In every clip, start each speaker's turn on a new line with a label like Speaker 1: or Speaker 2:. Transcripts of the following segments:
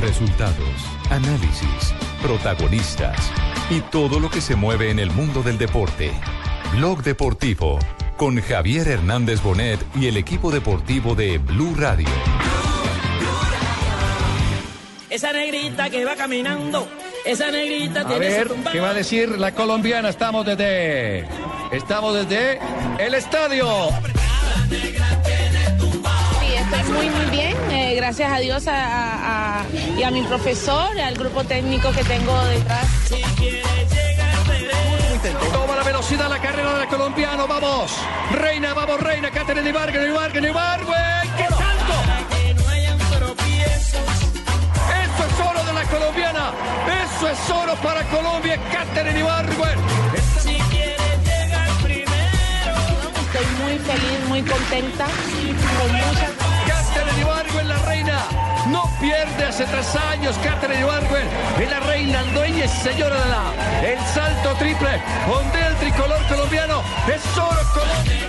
Speaker 1: Resultados, análisis, protagonistas y todo lo que se mueve en el mundo del deporte. Blog Deportivo con Javier Hernández Bonet y el equipo deportivo de Blue Radio.
Speaker 2: Esa negrita que va caminando, esa negrita
Speaker 3: A ver, ¿qué va a decir la colombiana? Estamos desde. Estamos desde el estadio.
Speaker 4: Sí, estoy muy, muy bien. eh, gracias a Dios a- a- a- y a mi profesor, al grupo técnico que tengo detrás.
Speaker 3: Toma la velocidad la carrera del colombiano. Vamos. Reina, vamos, Reina. Catherine Ibargüen, Ibargüen, Ibargüen. ¡Qué salto! Eso es oro de la colombiana. Eso es oro para Colombia. Catherine Ibargüen.
Speaker 4: Estoy muy feliz, muy contenta. Con muchas...
Speaker 3: Catherine Ibargüen, la reina. No pierde hace tres años. Catherine Ibargüen es la reina, el dueño y señora de la. El salto triple. Ondea el tricolor colombiano. Es oro Colombia.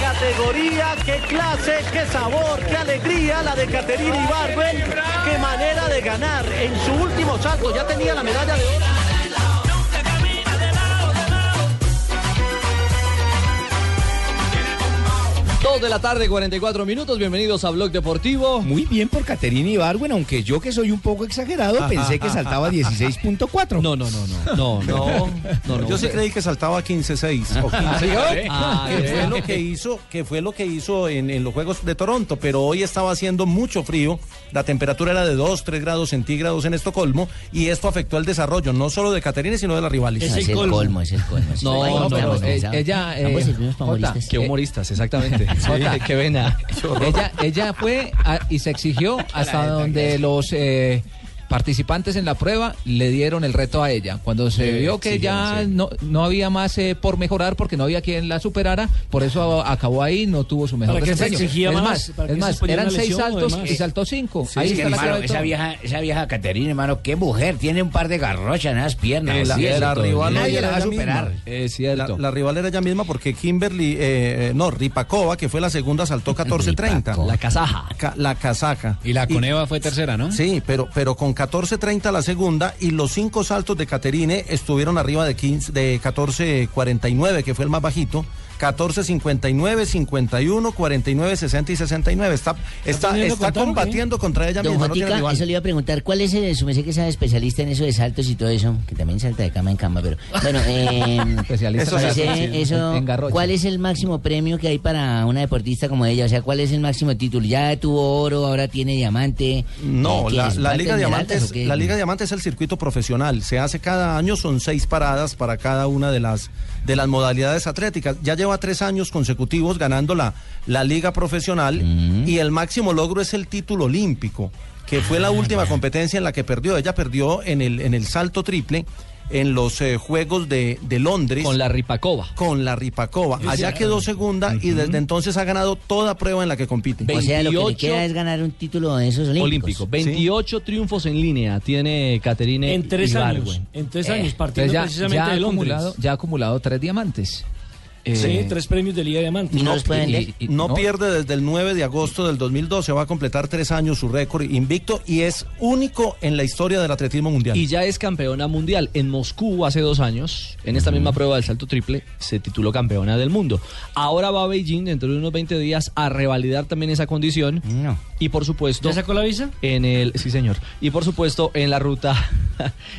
Speaker 5: Categoría, qué clase, qué sabor, qué alegría la de Caterina Ibargüen. Qué manera de ganar. En su último salto ya tenía la medalla de oro.
Speaker 6: Dos de la tarde, 44 minutos. Bienvenidos a Blog Deportivo.
Speaker 7: Muy bien por Caterina Ibargüen, aunque yo que soy un poco exagerado, pensé que saltaba 16.4. No, no, no, no.
Speaker 6: No, no, no, no.
Speaker 8: Yo sí creí que saltaba 15-6 o 15
Speaker 6: Ah,
Speaker 8: que fue
Speaker 6: bien.
Speaker 8: lo que hizo, que fue lo que hizo en, en los Juegos de Toronto, pero hoy estaba haciendo mucho frío, la temperatura era de 2, 3 grados centígrados en Estocolmo y esto afectó al desarrollo no solo de Caterina sino de las rivales.
Speaker 9: Es No, el es el colmo. colmo,
Speaker 8: es el colmo.
Speaker 9: No, no, pero eh, ella. eh, Jota,
Speaker 6: Qué humoristas, exactamente.
Speaker 9: Sí.
Speaker 6: Jota, qué vena.
Speaker 9: Ella, ella fue a- y se exigió hasta donde los eh, participantes en la prueba le dieron el reto a ella. Cuando se
Speaker 10: Eh,
Speaker 6: Sí,
Speaker 9: vio que ya
Speaker 6: exigieron, sí.
Speaker 9: no, no había más eh, por mejorar porque no había quien la superara, por eso a- acabó ahí, no tuvo su mejor
Speaker 10: ¿Para qué se
Speaker 9: desempeño.
Speaker 10: exigía
Speaker 9: es
Speaker 10: más?
Speaker 9: más, es
Speaker 10: ¿Para qué se
Speaker 9: más,
Speaker 10: ponía
Speaker 9: eran
Speaker 10: una
Speaker 9: seis
Speaker 10: lesión o
Speaker 9: saltos
Speaker 10: demás?
Speaker 9: y saltó cinco.
Speaker 10: Sí,
Speaker 9: ahí
Speaker 10: es que,
Speaker 9: está la
Speaker 10: hermano,
Speaker 9: clave de
Speaker 10: esa
Speaker 9: todo.
Speaker 10: vieja, esa vieja Caterina, hermano, qué mujer, tiene un par de garrochas en las piernas.
Speaker 8: Eh, la-
Speaker 10: sí, es
Speaker 8: la
Speaker 10: cierto.
Speaker 8: rival hoy
Speaker 10: Nadie
Speaker 8: era
Speaker 10: la va a
Speaker 8: ella
Speaker 10: superar.
Speaker 8: misma. La, la rival era ella misma porque Kimberly, eh, eh, no, Ripakova, que fue la segunda, saltó 14.30. La
Speaker 6: casaja.
Speaker 8: la casaja.
Speaker 11: Y la Coneva fue tercera, ¿no?
Speaker 8: Sí, pero, pero con 14.30 la segunda y los cinco saltos de Caterine estuvieron arriba de, 15, de 14.49, que fue el más bajito. 14.59, 51, 49, 60 y 69. Está, está,
Speaker 12: teniendo
Speaker 8: está
Speaker 12: control,
Speaker 8: combatiendo contra ella
Speaker 12: Don
Speaker 8: misma. no tiene
Speaker 12: Jotica,
Speaker 8: rival.
Speaker 12: eso le iba a preguntar, ¿cuál es el, su mesé que sea especialista en eso de saltos y todo eso? Que también salta de cama en cama, pero bueno, eh,
Speaker 9: Especialista
Speaker 12: eso,
Speaker 9: en
Speaker 12: mesé,
Speaker 9: saltos, sí,
Speaker 12: eso,
Speaker 9: en garrocha.
Speaker 12: ¿cuál es el máximo premio que hay para una deportista como ella? O sea, ¿cuál es el máximo título? Ya tuvo oro, ahora tiene diamante.
Speaker 8: No,
Speaker 12: Eh, ¿qué
Speaker 8: la,
Speaker 12: es?
Speaker 8: la
Speaker 12: ¿Plata,
Speaker 8: Liga
Speaker 12: esmeraldas
Speaker 8: Diamante es,
Speaker 12: o qué?
Speaker 8: la Liga Diamante es el circuito profesional. Se hace cada año, son seis paradas para cada una de las, de las modalidades atléticas. Ya lleva tres años consecutivos ganando la, la Liga Profesional
Speaker 12: Mm.
Speaker 8: y el máximo logro es el título olímpico, que fue
Speaker 12: Ah,
Speaker 8: la última competencia en la que perdió. Ella perdió en el, en el salto triple en los eh, Juegos de, de Londres. Con la
Speaker 6: Ripakova.
Speaker 8: Con la Ripakova.
Speaker 12: Sí,
Speaker 8: Allá
Speaker 12: sí.
Speaker 8: quedó segunda y desde entonces ha ganado toda prueba en la que compite.
Speaker 12: O sea, lo que le queda es ganar un título de esos olímpicos.
Speaker 6: Olímpico. 28 triunfos en línea tiene Caterine
Speaker 9: En tres
Speaker 6: Ibargüen. Eh,
Speaker 9: años,
Speaker 10: en
Speaker 9: tres años, partiendo precisamente de Londres. ya ha acumulado tres diamantes.
Speaker 10: Sí,
Speaker 9: Eh,
Speaker 10: tres premios de Liga Diamante.
Speaker 8: no, y- y- no pierde desde el 9 de agosto del 2012, va a completar tres años su récord invicto y es único en la historia del atletismo mundial.
Speaker 6: Y ya es campeona mundial. En Moscú hace dos años, en esta misma prueba del salto triple, se tituló campeona del mundo. Ahora va a Beijing dentro de unos 20 días a revalidar también esa condición. Y por supuesto.
Speaker 10: ¿Ya sacó la visa?
Speaker 6: En el. Sí, señor. Y por supuesto, en la ruta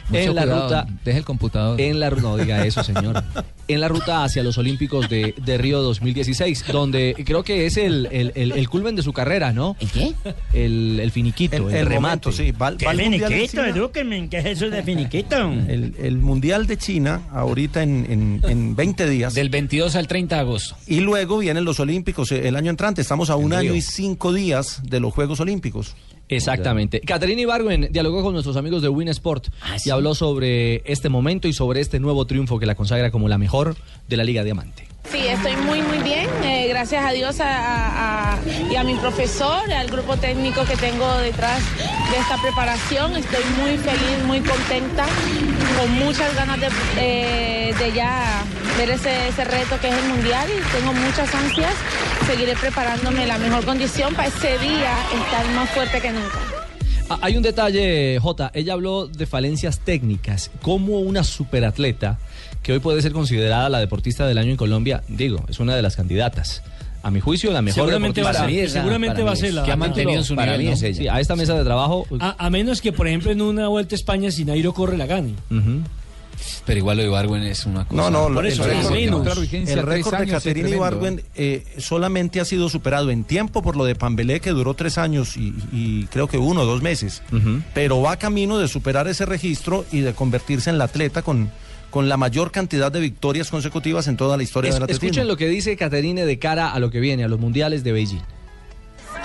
Speaker 9: Mucho
Speaker 6: en la
Speaker 9: cuidado,
Speaker 6: ruta
Speaker 9: Deja el computador.
Speaker 6: en la, no diga eso, señor. En la ruta hacia los Olímpicos de, de Río 2016, donde creo que es el, el, el- el culmen de su carrera, ¿no?
Speaker 13: ¿El qué?
Speaker 6: El, finiquito, el, remate.
Speaker 8: sí. Va, al-
Speaker 6: ¿Qué
Speaker 8: va al Mundial de
Speaker 6: finiquito,
Speaker 8: China.
Speaker 10: ¿Qué es eso de finiquito?
Speaker 8: El, el Mundial de China, ahorita en, en- en 20 días. Del
Speaker 3: 22 al 30 de agosto.
Speaker 8: Y luego vienen los Olímpicos eh, el año entrante. Estamos a un
Speaker 6: Río.
Speaker 8: año y cinco días de los Juegos Olímpicos.
Speaker 6: Exactamente. Caterina Ibargüen dialogó con nuestros amigos de Winsport
Speaker 4: Ah,
Speaker 6: y habló sobre este momento y sobre este nuevo triunfo que la consagra como la mejor de la Liga Diamante.
Speaker 4: Sí, estoy muy, muy bien. eh, gracias a Dios a- a- a- y a mi profesor, al grupo técnico que tengo detrás de esta preparación. Estoy muy feliz, muy contenta, con muchas ganas de, eh, de ya ver ese, ese reto que es el mundial y tengo muchas ansias. Seguiré preparándome en la mejor condición para ese día estar más fuerte que nunca.
Speaker 6: Ah, hay un detalle, Jota. Ella habló de falencias técnicas. Como una superatleta, que hoy puede ser considerada la deportista del año en Colombia, digo, es una de las candidatas. A mi juicio, la mejor
Speaker 10: Seguramente
Speaker 6: deportista.
Speaker 10: va a ser, Para mí es la- seguramente para va a mí ser es. la-
Speaker 6: Que ha
Speaker 10: Para
Speaker 6: mantenido
Speaker 10: mí-
Speaker 6: su
Speaker 10: para
Speaker 6: nivel,
Speaker 10: mí
Speaker 6: ¿no?
Speaker 10: es ella.
Speaker 6: Sí, a esta mesa de trabajo.
Speaker 10: A, a menos que, por ejemplo, en una vuelta a España, si Nairo corre la gane.
Speaker 3: Pero igual lo de Ibargüen es una cosa.
Speaker 8: No, no,
Speaker 3: Por
Speaker 8: el
Speaker 3: eso,
Speaker 8: récord-
Speaker 3: sí, no.
Speaker 8: el récord de Caterina Ibargüen eh, solamente ha sido superado en tiempo por lo de Pambelé, que duró tres años y, y creo que uno o dos meses. Pero va camino de superar ese registro y de convertirse en la atleta con, con la mayor cantidad de victorias consecutivas en toda la historia
Speaker 6: Es-
Speaker 8: del atletismo.
Speaker 6: escuchen lo que dice Caterine de cara a lo que viene, a los mundiales de Beijing.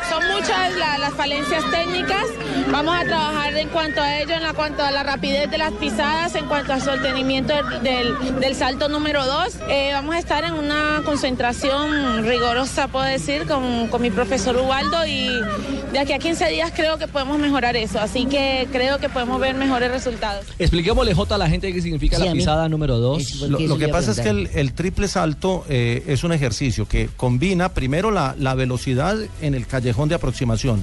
Speaker 4: Son muchas la- las falencias técnicas. Vamos a trabajar en cuanto a ello, en la- cuanto a la rapidez de las pisadas, en cuanto al sostenimiento del, del- del salto número 2. vamos a estar en una concentración rigorosa, puedo decir, con, con mi profesor Ubaldo y de aquí a 15 días creo que podemos mejorar eso. Así que creo que podemos ver mejores resultados.
Speaker 6: Expliquémosle, Jota, a la gente qué significa
Speaker 4: Sí,
Speaker 6: la
Speaker 4: a mí-
Speaker 6: pisada número 2.
Speaker 8: Lo, lo que pasa es que el, el triple salto eh, es un ejercicio que combina primero la, la velocidad en el callejón de aproximación.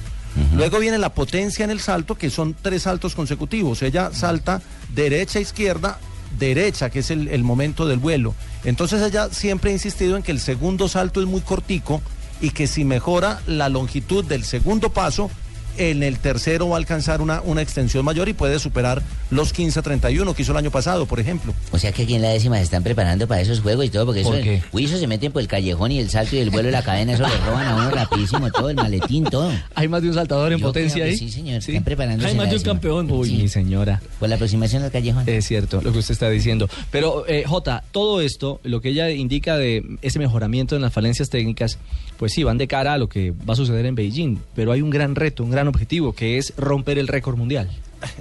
Speaker 8: Luego viene la potencia en el salto, que son tres saltos consecutivos. Ella salta derecha, e izquierda, derecha, que es el, el momento del vuelo. Entonces ella siempre ha insistido en que el segundo salto es muy cortico y que si mejora la longitud del segundo paso, en el tercero va a alcanzar una, una extensión mayor y puede superar los 15-31 que hizo el año pasado, por ejemplo.
Speaker 13: O sea que aquí en la décima se están preparando para esos juegos y todo, porque eso,
Speaker 8: ¿Por qué?
Speaker 13: uy, eso se meten por
Speaker 12: pues,
Speaker 13: el callejón y el salto y el vuelo de la cadena, eso le roban a uno rapidísimo, todo, el maletín, todo.
Speaker 6: Hay más de un saltador en
Speaker 13: Yo
Speaker 6: potencia
Speaker 13: creo que
Speaker 6: ahí.
Speaker 13: Sí, señor, están preparándose.
Speaker 6: Hay más de un
Speaker 13: campeón.
Speaker 6: Uy, mi señora.
Speaker 13: Por la aproximación al callejón.
Speaker 6: Es cierto lo que usted está diciendo. Pero, eh, Jota, todo esto, lo que ella indica de ese mejoramiento en las falencias técnicas, pues sí, van de cara a lo que va a suceder en Beijing. Pero hay un gran reto, un gran objetivo, que es romper el récord mundial.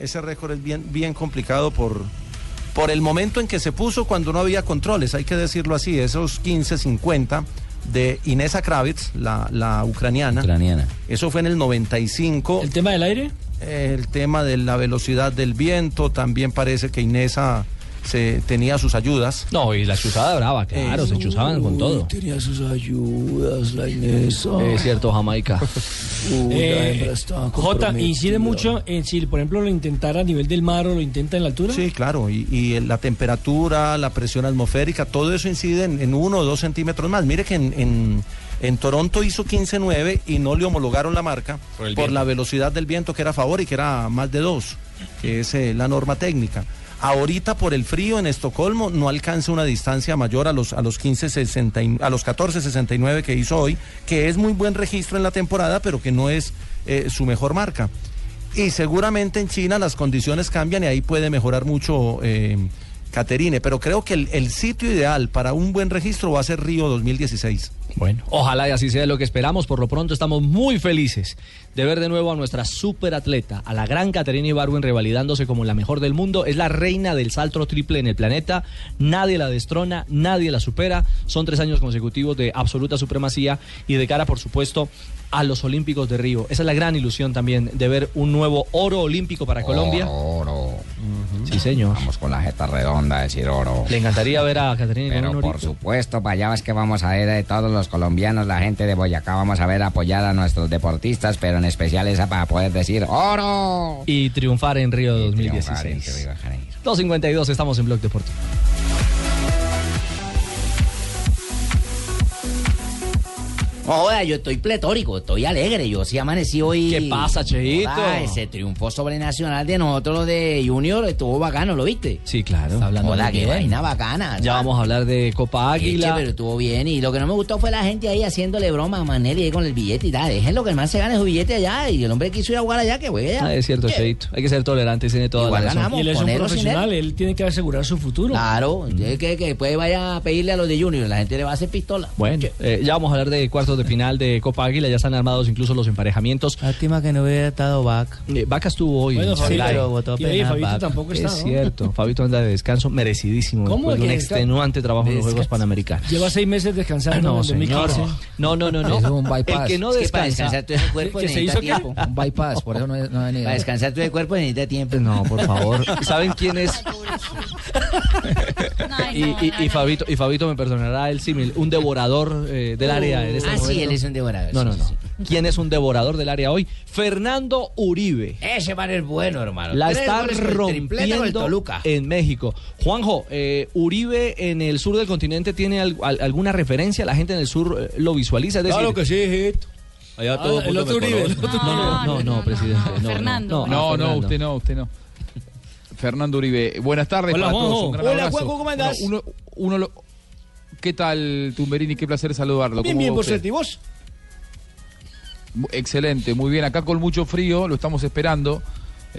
Speaker 8: Ese récord es bien, bien complicado por, por el momento en que se puso cuando no había controles, hay que decirlo así, esos 15-50 de Inesa Kravitz, la, la ucraniana.
Speaker 3: Ucraniana.
Speaker 8: Eso fue en el 95. ¿El
Speaker 10: tema del aire?
Speaker 8: Eh, El tema de la velocidad del viento, también parece que Inesa se, tenía sus ayudas. Eh,
Speaker 6: No, y la chuzada brava, claro, se chuzaban con todo.
Speaker 14: Tenía sus ayudas, la Inés.
Speaker 6: Es cierto, Jamaica.
Speaker 10: Eh, Jota, ¿incide mucho en si, por ejemplo, lo intentara a nivel del mar o lo intenta en la altura?
Speaker 8: Sí, claro, y, y la temperatura, la presión atmosférica, todo eso incide en, en uno o dos centímetros más. Mire que en, en- en Toronto hizo 15.9 y no le homologaron la marca
Speaker 15: Por el
Speaker 8: por,
Speaker 15: viento.
Speaker 8: la velocidad del viento que era a favor y que era más de dos, que es eh, la norma técnica. Ahorita por el frío en Estocolmo no alcanza una distancia mayor a los a los 15 60 y- a los 14.69 que hizo hoy, que es muy buen registro en la temporada, pero que no es eh, su mejor marca. Y seguramente en China las condiciones cambian y ahí puede mejorar mucho eh, Caterine, pero creo que el, el sitio ideal para un buen registro va a ser Río 2016.
Speaker 6: Bueno. Ojalá y así sea lo que esperamos. Por lo pronto estamos muy felices de ver de nuevo a nuestra superatleta, a la gran Caterina Ibarwen revalidándose como la mejor del mundo. Es la reina del salto triple en el planeta. Nadie la destrona, nadie la supera. Son tres años consecutivos de absoluta supremacía y de cara, por supuesto, a los Olímpicos de Río. Esa es la gran ilusión también de ver un nuevo oro olímpico para
Speaker 16: Oh.
Speaker 6: Colombia.
Speaker 16: Oro. oro.
Speaker 6: Sí, señor.
Speaker 16: Vamos con la jeta redonda a decir oro.
Speaker 6: Le encantaría ver a Caterina con
Speaker 16: Pero
Speaker 6: un
Speaker 16: por
Speaker 6: orito.
Speaker 16: supuesto, para allá es que vamos a ir eh, todos los colombianos, la gente de Boyacá, vamos a ver apoyar a nuestros deportistas, pero en especial esa para poder decir oro.
Speaker 6: Y triunfar en Río
Speaker 16: triunfar en
Speaker 6: 2016. 2.52, estamos en Blog Deportivo.
Speaker 3: No, joda, yo estoy pletórico, estoy alegre. Yo sí amanecí hoy. ¿Qué
Speaker 6: pasa, Cheito?
Speaker 12: Ah,
Speaker 3: ese triunfo sobrenacional de nosotros, los de Junior, estuvo bacano, ¿lo viste?
Speaker 6: Sí, claro. Está hablando
Speaker 3: Hola,
Speaker 6: muy
Speaker 3: qué
Speaker 6: bien.
Speaker 3: vaina bacana.
Speaker 6: Ya vamos a hablar de Copa Águila.
Speaker 3: Eche, pero estuvo bien. Y lo que no me gustó fue la gente ahí haciéndole broma a Manel y ahí con el billete y tal. Déjenlo que el man se gane su billete allá. Y el hombre quiso ir a jugar allá, que voy allá.
Speaker 6: Ah, es cierto,
Speaker 3: ¿Qué?
Speaker 6: Cheito. Hay que ser tolerantes, tiene toda
Speaker 3: Igual
Speaker 6: la razón.
Speaker 3: ganamos, Y él es un con él o sin él. profesional,
Speaker 10: él tiene que asegurar su futuro.
Speaker 3: Claro, es que, que después Pues vaya a pedirle a los de Junior. La gente le va a hacer pistola.
Speaker 6: Bueno, eh, ya vamos a hablar de cuartos de final de Copa Águila, ya están armados incluso los emparejamientos. Lástima que no hubiera estado Vaca. Vaca estuvo hoy.
Speaker 10: Bueno,
Speaker 6: en
Speaker 10: Fabito,
Speaker 6: Chablay.
Speaker 10: pero votó Y oye, penal Fabito Vaca. tampoco está,
Speaker 6: Es
Speaker 10: ¿no?
Speaker 6: cierto, Fabito anda de descanso merecidísimo
Speaker 10: ¿Cómo
Speaker 6: después de
Speaker 10: que
Speaker 6: un
Speaker 10: desca-
Speaker 6: extenuante trabajo en los Juegos
Speaker 10: Descanso?
Speaker 6: Panamericanos.
Speaker 10: Lleva seis meses descansando
Speaker 6: No,
Speaker 10: en el
Speaker 6: señor.
Speaker 10: 2015.
Speaker 6: No, no, no, no. Es un bypass. El que no
Speaker 3: Es que para
Speaker 6: descansa-
Speaker 3: descansar todo el cuerpo
Speaker 6: ¿Que se
Speaker 3: necesita
Speaker 6: hizo qué?
Speaker 3: tiempo.
Speaker 9: Un bypass, por eso no he, no he venido.
Speaker 3: Para descansar todo el cuerpo necesita tiempo.
Speaker 6: No, por favor. ¿Saben quién es? y, y- y Fabito, y Fabito me perdonará el símil, un devorador eh, del área. En este
Speaker 3: Ah, sí,
Speaker 6: momento.
Speaker 3: él es un devorador,
Speaker 6: No,
Speaker 3: sí,
Speaker 6: no,
Speaker 3: sí,
Speaker 6: no. ¿Quién es un devorador del área hoy? Fernando Uribe.
Speaker 17: Ese man es bueno, hermano.
Speaker 6: La
Speaker 17: Tres
Speaker 6: está
Speaker 17: goles con el triplete con el
Speaker 6: rompiendo
Speaker 17: Toluca.
Speaker 6: en México. Juanjo, eh, Uribe en el sur del continente tiene al- al- alguna referencia, la gente en el sur eh, lo visualiza. Es decir,
Speaker 18: Claro que sí, hijito. Allá
Speaker 6: Ah,
Speaker 18: todo
Speaker 6: el
Speaker 18: mundo
Speaker 6: otro
Speaker 18: me
Speaker 6: Uribe,
Speaker 18: conoce.
Speaker 6: el otro No, Uribe. no, no, no, presidente, no, no,
Speaker 18: No,
Speaker 6: Fernando. no,
Speaker 18: no,
Speaker 6: ah, Fernando.
Speaker 18: usted no, usted no. Fernando Uribe. Buenas tardes
Speaker 19: Hola,
Speaker 18: para todos.
Speaker 19: Juanjo.
Speaker 18: un gran
Speaker 19: Hola,
Speaker 18: abrazo.
Speaker 19: Juanjo, ¿cómo andás?
Speaker 18: Bueno, uno, uno lo- ¿Qué tal, Tumberini? Qué placer saludarlo.
Speaker 19: Bien,
Speaker 18: ¿Cómo
Speaker 19: bien,
Speaker 18: va usted?
Speaker 19: Borsetti, ¿vos? eh.
Speaker 18: Mu- Excelente, muy bien. Acá con mucho frío, lo estamos esperando.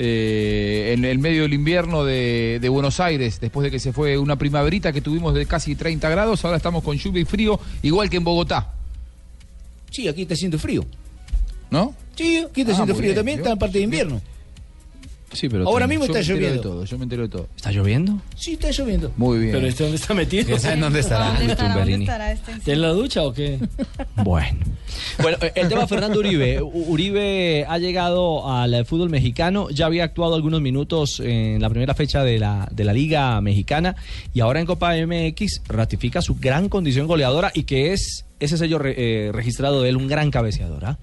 Speaker 18: eh, en el medio del invierno de, de Buenos Aires, después de que se fue una primaverita que tuvimos de casi 30 grados, ahora estamos con lluvia y frío, igual que en Bogotá.
Speaker 20: Sí, aquí está haciendo frío.
Speaker 18: ¿No?
Speaker 20: Sí, aquí
Speaker 18: Ah,
Speaker 20: está haciendo
Speaker 18: muy
Speaker 20: frío
Speaker 18: bien,
Speaker 20: también,
Speaker 18: yo-
Speaker 20: está en parte de invierno.
Speaker 18: Sí, pero
Speaker 20: Ahora
Speaker 18: te-
Speaker 20: mismo
Speaker 18: yo
Speaker 20: está
Speaker 18: me entero de
Speaker 20: lloviendo.
Speaker 18: todo, yo me entero de todo.
Speaker 6: ¿Está lloviendo?
Speaker 20: Sí, está lloviendo.
Speaker 18: Muy bien.
Speaker 10: Pero este dónde está metido.
Speaker 20: ¿Quién sabe dónde estará? ¿Dónde estará? ¿Dónde
Speaker 10: Tumberini.
Speaker 20: estará este?
Speaker 10: ¿Está en la ducha o qué?
Speaker 6: Bueno. Bueno, eh, el tema de Fernando Uribe. U- Uribe ha llegado al eh, fútbol mexicano, ya había actuado algunos minutos en la primera fecha de la, de la Liga Mexicana y ahora en Copa MX ratifica su gran condición goleadora y que es ese sello re- eh, registrado de él, un gran cabeceador. ¿ah?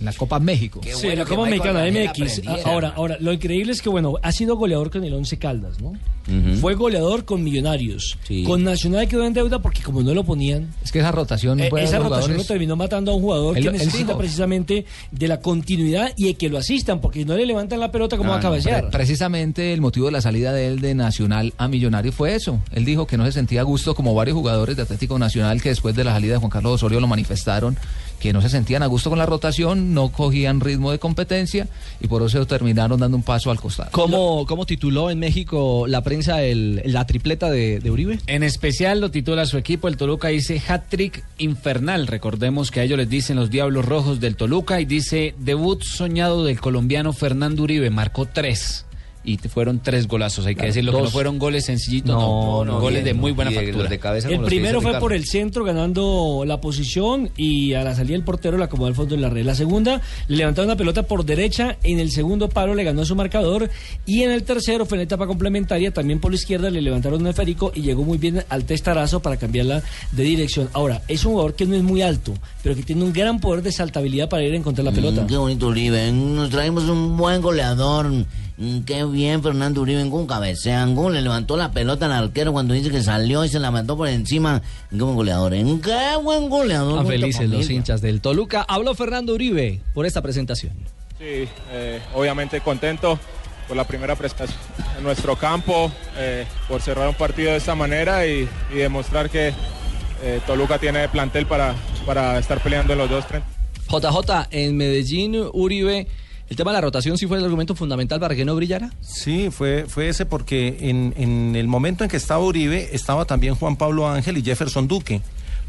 Speaker 9: En la Copa México.
Speaker 10: sí, la Copa Mexicana MX. Ah,
Speaker 6: Ah,
Speaker 10: Ahora, ahora, lo increíble es que, bueno, ha sido goleador con el Once Caldas, ¿no? Fue goleador con Millonarios. Con Nacional quedó en deuda porque como no lo ponían...
Speaker 9: Es que esa rotación...
Speaker 10: eh,
Speaker 9: puede
Speaker 10: esa
Speaker 9: haber
Speaker 10: rotación lo
Speaker 9: jugadores-
Speaker 10: terminó matando a un jugador
Speaker 9: Él
Speaker 10: que
Speaker 9: lo- él
Speaker 10: necesita
Speaker 9: dijo-
Speaker 10: precisamente de la continuidad y de que lo asistan, porque si no le levantan la pelota, ¿cómo
Speaker 9: Ah, No,
Speaker 10: va a
Speaker 9: no,
Speaker 10: cabecear?
Speaker 9: pre- precisamente el motivo de la salida de él de Nacional a Millonario fue eso. Él dijo que no se sentía a gusto como varios jugadores de Atlético Nacional que después de la salida de Juan Carlos Osorio lo manifestaron, que no se sentían a gusto con la rotación, no cogían ritmo de competencia y por eso terminaron dando un paso al costado.
Speaker 6: ¿Cómo, oh, ¿Cómo tituló en México la prensa el- la tripleta de, de Uribe?
Speaker 15: En especial lo titula su equipo, el Toluca dice hat-trick infernal. Recordemos que a ellos les dicen los Diablos Rojos del Toluca y dice debut soñado del colombiano Fernando Uribe, marcó tres. Y te- fueron tres golazos, hay que Claro, decirlo, que dos. no fueron goles sencillitos, No, no, no, goles bien, de muy no. buena Y de factura. los de cabeza
Speaker 10: El primero fue por el centro ganando la posición y a la salida el portero la acomodó al fondo de la red. La segunda le levantaron una pelota por derecha, en el segundo palo le ganó su marcador y en el tercero fue en la etapa complementaria, también por la izquierda le levantaron un esférico y llegó muy bien al testarazo para cambiarla de dirección. Ahora, es un jugador que no es muy alto, pero que tiene un gran poder de saltabilidad para ir a encontrar la pelota.
Speaker 3: Mm, qué bonito Uribe. Mm, Nos traemos un buen goleador. Mm, Qué bien Fernando Uribe. Con cabecea. Cómo le levantó la pelota al arquero cuando dice que salió y se la mandó por encima. Qué buen goleador. Mm, Qué buen goleador.
Speaker 6: Tan
Speaker 3: Puta
Speaker 6: felices los
Speaker 3: familia.
Speaker 6: hinchas del Toluca. Habló Fernando Uribe por esta presentación.
Speaker 21: Sí, eh, obviamente contento por la primera prestación en nuestro campo, eh, por cerrar un partido de esta manera y, y demostrar que eh, Toluca tiene plantel para, para estar peleando en los dos frentes.
Speaker 6: JJ, en Medellín, Uribe, el tema de la rotación sí fue el argumento fundamental para que no brillara.
Speaker 8: Sí, fue, fue ese porque en, en el momento en que estaba Uribe, estaba también Juan Pablo Ángel y Jefferson Duque.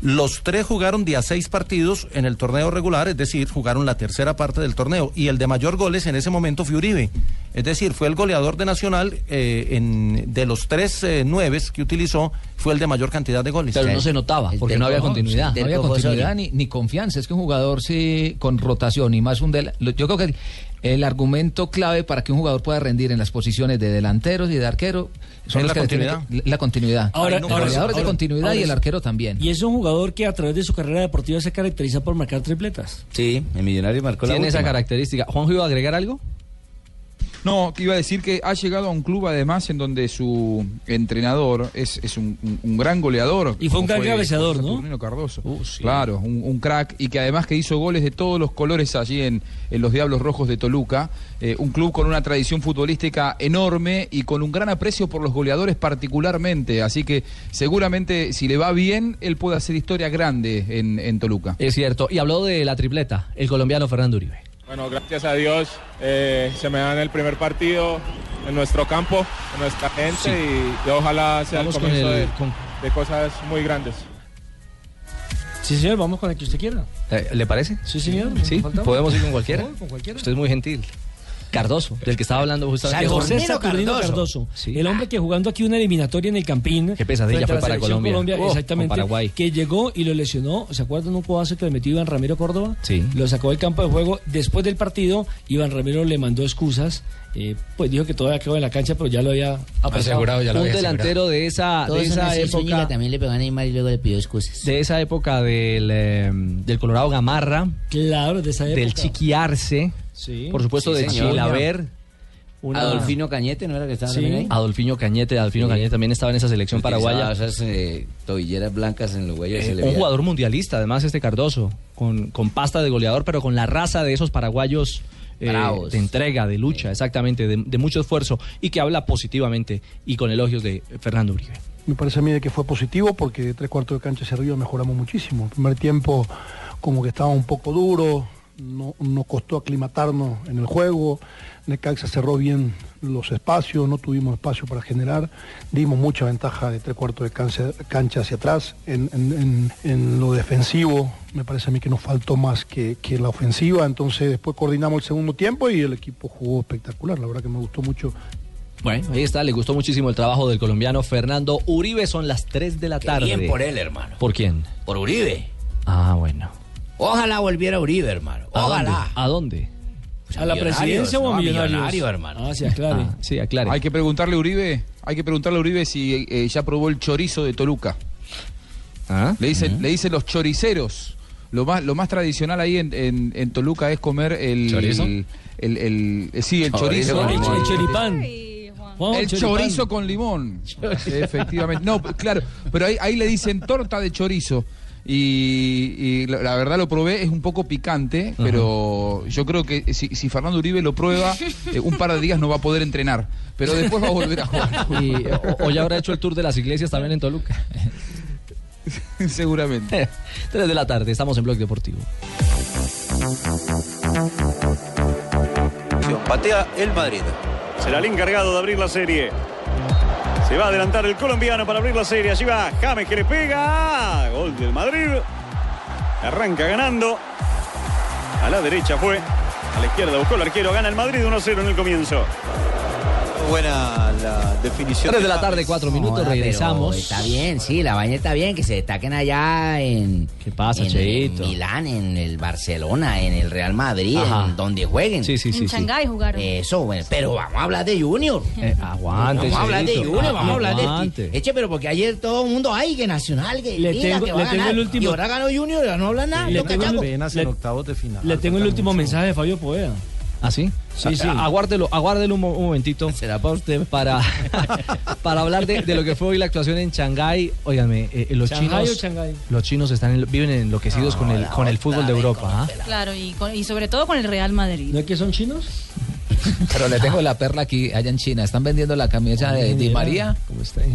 Speaker 8: Los tres jugaron día seis partidos en el torneo regular, es decir, jugaron la tercera parte del torneo. Y el de mayor goles en ese momento fue Uribe. Es decir, fue el goleador de Nacional eh, en, de los tres eh, nueves que utilizó, fue el de mayor cantidad de goles.
Speaker 6: Pero no se notaba, porque no había continuidad.
Speaker 9: No había continuidad ni, ni confianza. Es que un jugador sí, con rotación y más un del, lo- yo creo que el, el argumento clave para que un jugador pueda rendir en las posiciones de delanteros y de arquero son
Speaker 15: Es
Speaker 9: los
Speaker 15: la
Speaker 9: que le tienen
Speaker 15: continuidad.
Speaker 9: que- la continuidad.
Speaker 10: Ahora-
Speaker 9: los
Speaker 10: ahora-
Speaker 9: goleadores de
Speaker 10: ahora-
Speaker 9: continuidad
Speaker 10: ahora
Speaker 9: y el
Speaker 10: sí.
Speaker 9: arquero también.
Speaker 10: Y es un jugador que a través de su carrera deportiva se caracteriza por marcar tripletas.
Speaker 6: Sí,
Speaker 17: en Millonario marcó
Speaker 6: Tiene esa característica. ¿Juanjo iba a agregar algo?
Speaker 18: No, que iba a decir que ha llegado a un club además en donde su entrenador es, es un, un- un gran goleador.
Speaker 10: Y fue un
Speaker 18: como
Speaker 10: gran cabeceador, ¿no? Uh,
Speaker 18: Saturnino Cardoso. Claro, un, un crack y que además que hizo goles de todos los colores allí en, en los Diablos Rojos de Toluca. Eh, un club con una tradición futbolística enorme y con un gran aprecio por los goleadores particularmente. Así que seguramente si le va bien, él puede hacer historia grande en, en Toluca.
Speaker 6: Es cierto. Y habló de la tripleta, el colombiano Fernando Uribe.
Speaker 21: Bueno, gracias a Dios eh, se me dan el primer partido en nuestro campo, en nuestra gente y, y ojalá sea
Speaker 10: Vamos
Speaker 21: el
Speaker 10: con
Speaker 21: comienzo
Speaker 10: el-
Speaker 21: de-
Speaker 10: con-
Speaker 21: de cosas muy grandes.
Speaker 10: Sí, señor, vamos con el que usted quiera.
Speaker 6: Eh, ¿Le parece?
Speaker 10: Sí, señor.
Speaker 6: Sí,
Speaker 10: Faltaba.
Speaker 6: podemos ir con cualquiera.
Speaker 10: No, con cualquiera.
Speaker 6: Usted es muy gentil. Cardoso, del que estaba hablando justamente.
Speaker 10: José Saturnino Cardoso, el hombre que jugando aquí una eliminatoria en el Campín.
Speaker 6: Qué
Speaker 10: frente
Speaker 6: pesadilla
Speaker 10: a
Speaker 6: fue
Speaker 10: la
Speaker 6: para
Speaker 10: selección
Speaker 6: Colombia. Oh,
Speaker 10: exactamente.
Speaker 6: con Paraguay.
Speaker 10: Que llegó y lo lesionó. ¿Se acuerdan un codazo que le metió Iván Ramiro Córdoba? Sí. Lo sacó del campo de juego. Después del partido, Iván Ramiro le mandó excusas. eh, pues dijo que todavía quedó en la cancha, pero ya lo había apresado.
Speaker 6: Ah, pues, Un delantero de esa,
Speaker 10: Todos
Speaker 6: de
Speaker 10: son
Speaker 6: esa
Speaker 10: así,
Speaker 6: época.
Speaker 10: Zúñiga
Speaker 6: también le pegó a Neymar y luego le pidió excusas. De esa época del, eh, del Colorado Gamarra.
Speaker 10: Claro, de esa época.
Speaker 6: Del Chiquiarse.
Speaker 10: Sí.
Speaker 6: Por supuesto,
Speaker 10: Sí,
Speaker 6: de
Speaker 10: señor.
Speaker 6: Chilaver. una-
Speaker 3: Adolfino Cañete, ¿no era que estaba
Speaker 6: Sí.
Speaker 3: también ahí?
Speaker 6: Adolfino Cañete, Adolfino
Speaker 3: Sí.
Speaker 6: Cañete también estaba en esa selección
Speaker 3: Utilizaba
Speaker 6: paraguaya.
Speaker 3: Esas eh, tobilleras blancas en los huellos.
Speaker 6: Eh,
Speaker 3: se le
Speaker 6: un
Speaker 3: veía.
Speaker 6: jugador mundialista, además, este Cardoso, con, con pasta de goleador, pero con la raza de esos paraguayos eh,
Speaker 3: Bravos.
Speaker 6: de entrega, de lucha, exactamente, de, de mucho esfuerzo y que habla positivamente y con elogios de Fernando Uribe.
Speaker 22: Me parece a mí de que fue positivo porque de tres cuartos de cancha hacia arriba mejoramos muchísimo. El primer tiempo como que estaba un poco duro, no, nos costó aclimatarnos en el juego, Necaxa cerró bien los espacios, no tuvimos espacio para generar, dimos mucha ventaja de tres cuartos de cancha, cancha hacia atrás en, en- en- en lo defensivo, me parece a mí que nos faltó más que, que la ofensiva, entonces después coordinamos el segundo tiempo y el equipo jugó espectacular, la verdad que me gustó mucho
Speaker 6: Bueno, ahí está, le gustó muchísimo el trabajo del colombiano Fernando Uribe, son las 3 de la tarde.
Speaker 3: bien por él, hermano.
Speaker 6: ¿Por quién?
Speaker 3: Por Uribe.
Speaker 6: Ah, bueno.
Speaker 3: Ojalá volviera Uribe, hermano.
Speaker 6: ¿A dónde?
Speaker 3: Ojalá.
Speaker 6: ¿A dónde?
Speaker 3: Pues
Speaker 10: ¿A la
Speaker 3: Millonarios,
Speaker 10: presidencia o a
Speaker 3: no,
Speaker 10: Millonarios?
Speaker 3: Millonario, hermano.
Speaker 10: Ah, sí, aclare.
Speaker 6: sí, aclare.
Speaker 18: Hay que preguntarle a Uribe, hay que preguntarle a Uribe si eh, ya probó el chorizo de Toluca. Le dicen, le dicen los choriceros. Lo más, lo más tradicional ahí en, en- en Toluca es comer el
Speaker 10: ¿Chorizo?
Speaker 18: El, el- el- eh, sí, el
Speaker 10: Chorizo
Speaker 18: chorizo.
Speaker 10: con limón. El choripán. Juan,
Speaker 18: El
Speaker 10: choripán.
Speaker 18: chorizo con limón. Efectivamente. No, claro, pero ahí, ahí le dicen torta de chorizo. Y, y la, la verdad lo probé, es un poco picante, pero yo creo que si, si Fernando Uribe lo prueba, eh, un par de días no va a poder entrenar. Pero después va a volver a jugar.
Speaker 6: Y, o, o ya habrá hecho el tour de las iglesias también en Toluca.
Speaker 18: Seguramente.
Speaker 6: 3 de la tarde, estamos en Blog Deportivo.
Speaker 23: Patea el Madrid. Será el encargado de abrir la serie. Se va a adelantar el colombiano para abrir la serie. Allí va James que le pega. Gol del Madrid. Arranca ganando. A la derecha fue. A la izquierda buscó el arquero. Gana el Madrid 1-0 en el comienzo.
Speaker 19: Buena la definición.
Speaker 6: 3 de la tarde, 4 minutos,
Speaker 19: Joda, pero
Speaker 6: regresamos.
Speaker 19: está bien, sí, la baña está bien, que se destaquen allá en.
Speaker 6: ¿Qué pasa,
Speaker 19: en,
Speaker 6: Cheito?
Speaker 19: en Milán, en el Barcelona, en el Real Madrid,
Speaker 6: Ajá.
Speaker 19: en donde jueguen.
Speaker 6: Sí, sí, sí, En sí. Shanghái
Speaker 19: jugaron. Eh, Eso, bueno, pero vamos a hablar de Junior.
Speaker 6: Eh, aguante,
Speaker 19: Vamos a hablar de
Speaker 6: Cheito,
Speaker 19: Junior, vamos a hablar
Speaker 6: aguante.
Speaker 19: de. Eche, pero porque ayer todo el mundo, ay, que Nacional, que,
Speaker 10: Le
Speaker 19: mira,
Speaker 10: tengo-
Speaker 19: que va
Speaker 10: le
Speaker 19: a
Speaker 10: tengo
Speaker 19: ganar.
Speaker 10: el último-
Speaker 19: Y ahora ganó Junior, y ahora no habla nada.
Speaker 10: Le
Speaker 19: no
Speaker 10: tengo el-
Speaker 19: callamos.
Speaker 8: Apenas en
Speaker 10: Le-
Speaker 8: octavos de final.
Speaker 10: Le tengo el último mensaje de Fabio Poeda.
Speaker 6: ¿Ah, sí?
Speaker 10: Sí,
Speaker 6: A-
Speaker 10: sí.
Speaker 6: Aguárdelo, aguárdelo un, mo- un momentito. Será para usted. Para, para hablar de, de lo que fue hoy la actuación en Shanghái. Óigame, eh, eh, los
Speaker 24: ¿Shanghái
Speaker 6: chinos.
Speaker 24: o Shanghái?
Speaker 6: Los chinos están en- viven enloquecidos con el, con el fútbol de Europa. ¿ah?
Speaker 24: Claro, y, con- y sobre todo con el Real Madrid.
Speaker 10: ¿No es que son chinos?
Speaker 9: Pero les dejo la perla aquí, allá en China. Están vendiendo la camisa de Di
Speaker 6: mira.
Speaker 9: María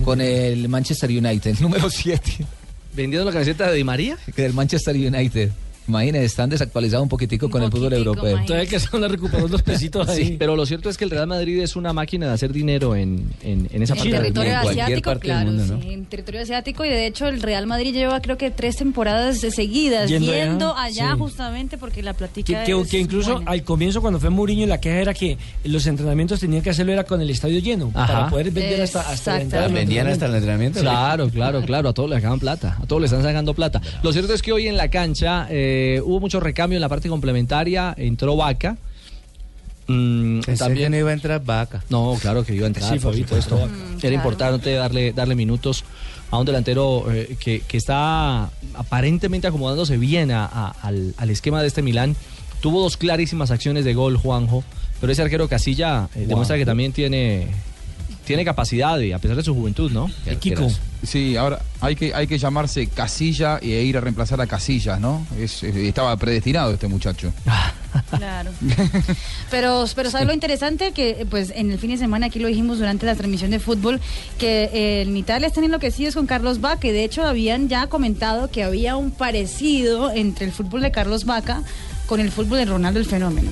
Speaker 9: con el Manchester United, el número 7.
Speaker 6: ¿Vendiendo la camiseta de Di María?
Speaker 9: Del Manchester United. Imagínense, están desactualizados un poquitico con el fútbol europeo.
Speaker 6: Todavía
Speaker 10: que son los recuperados los pesitos
Speaker 6: ahí. Sí, pero lo cierto es que el Real Madrid es una máquina de hacer dinero en, en, en esa
Speaker 24: En
Speaker 6: parte del
Speaker 24: territorio
Speaker 6: mundo.
Speaker 24: asiático, claro, sí, en territorio asiático y de hecho el Real Madrid lleva creo que tres temporadas de seguidas
Speaker 10: Yendo
Speaker 24: yendo,
Speaker 10: allá,
Speaker 24: allá
Speaker 10: sí.
Speaker 24: justamente porque la platica
Speaker 10: Que, que-
Speaker 24: es
Speaker 10: que incluso
Speaker 24: buena.
Speaker 10: al comienzo cuando fue Mourinho la queja era que los entrenamientos tenían que hacerlo era con el estadio lleno
Speaker 6: Ajá.
Speaker 10: para poder vender hasta hasta la entrada del
Speaker 6: entrenamiento. Claro, claro, claro. A todos le sacaban plata. A todos le están sacando plata. Lo cierto es que hoy en la cancha eh, hubo mucho recambio en la parte complementaria. Entró Vaca. Mm,
Speaker 3: también
Speaker 6: también-
Speaker 3: no iba a entrar vaca.
Speaker 6: No, claro que iba a entrar,
Speaker 3: Sí,
Speaker 6: por
Speaker 3: Fabito,
Speaker 6: supuesto.
Speaker 3: entró Vaca.
Speaker 6: Era
Speaker 3: claro.
Speaker 6: importante darle, darle minutos a un delantero eh, que, que está aparentemente acomodándose bien a- a- al, al esquema de este Milán. Tuvo dos clarísimas acciones de gol, Juanjo. Pero ese arquero Casilla eh, demuestra que también tiene, tiene capacidad, de, a pesar de su juventud, ¿no?
Speaker 18: Sí, ahora hay que, hay que llamarse Casilla e ir a reemplazar a Casillas, ¿no? Es- es- estaba predestinado este muchacho.
Speaker 24: Claro. Pero, pero ¿sabes lo interesante? Que eh, pues en el fin de semana, aquí lo dijimos durante la transmisión de fútbol, que eh, en Italia están enloquecidos con Carlos Vaca. Y de hecho habían ya comentado que había un parecido entre el fútbol de Carlos Vaca con el fútbol de Ronaldo el Fenómeno.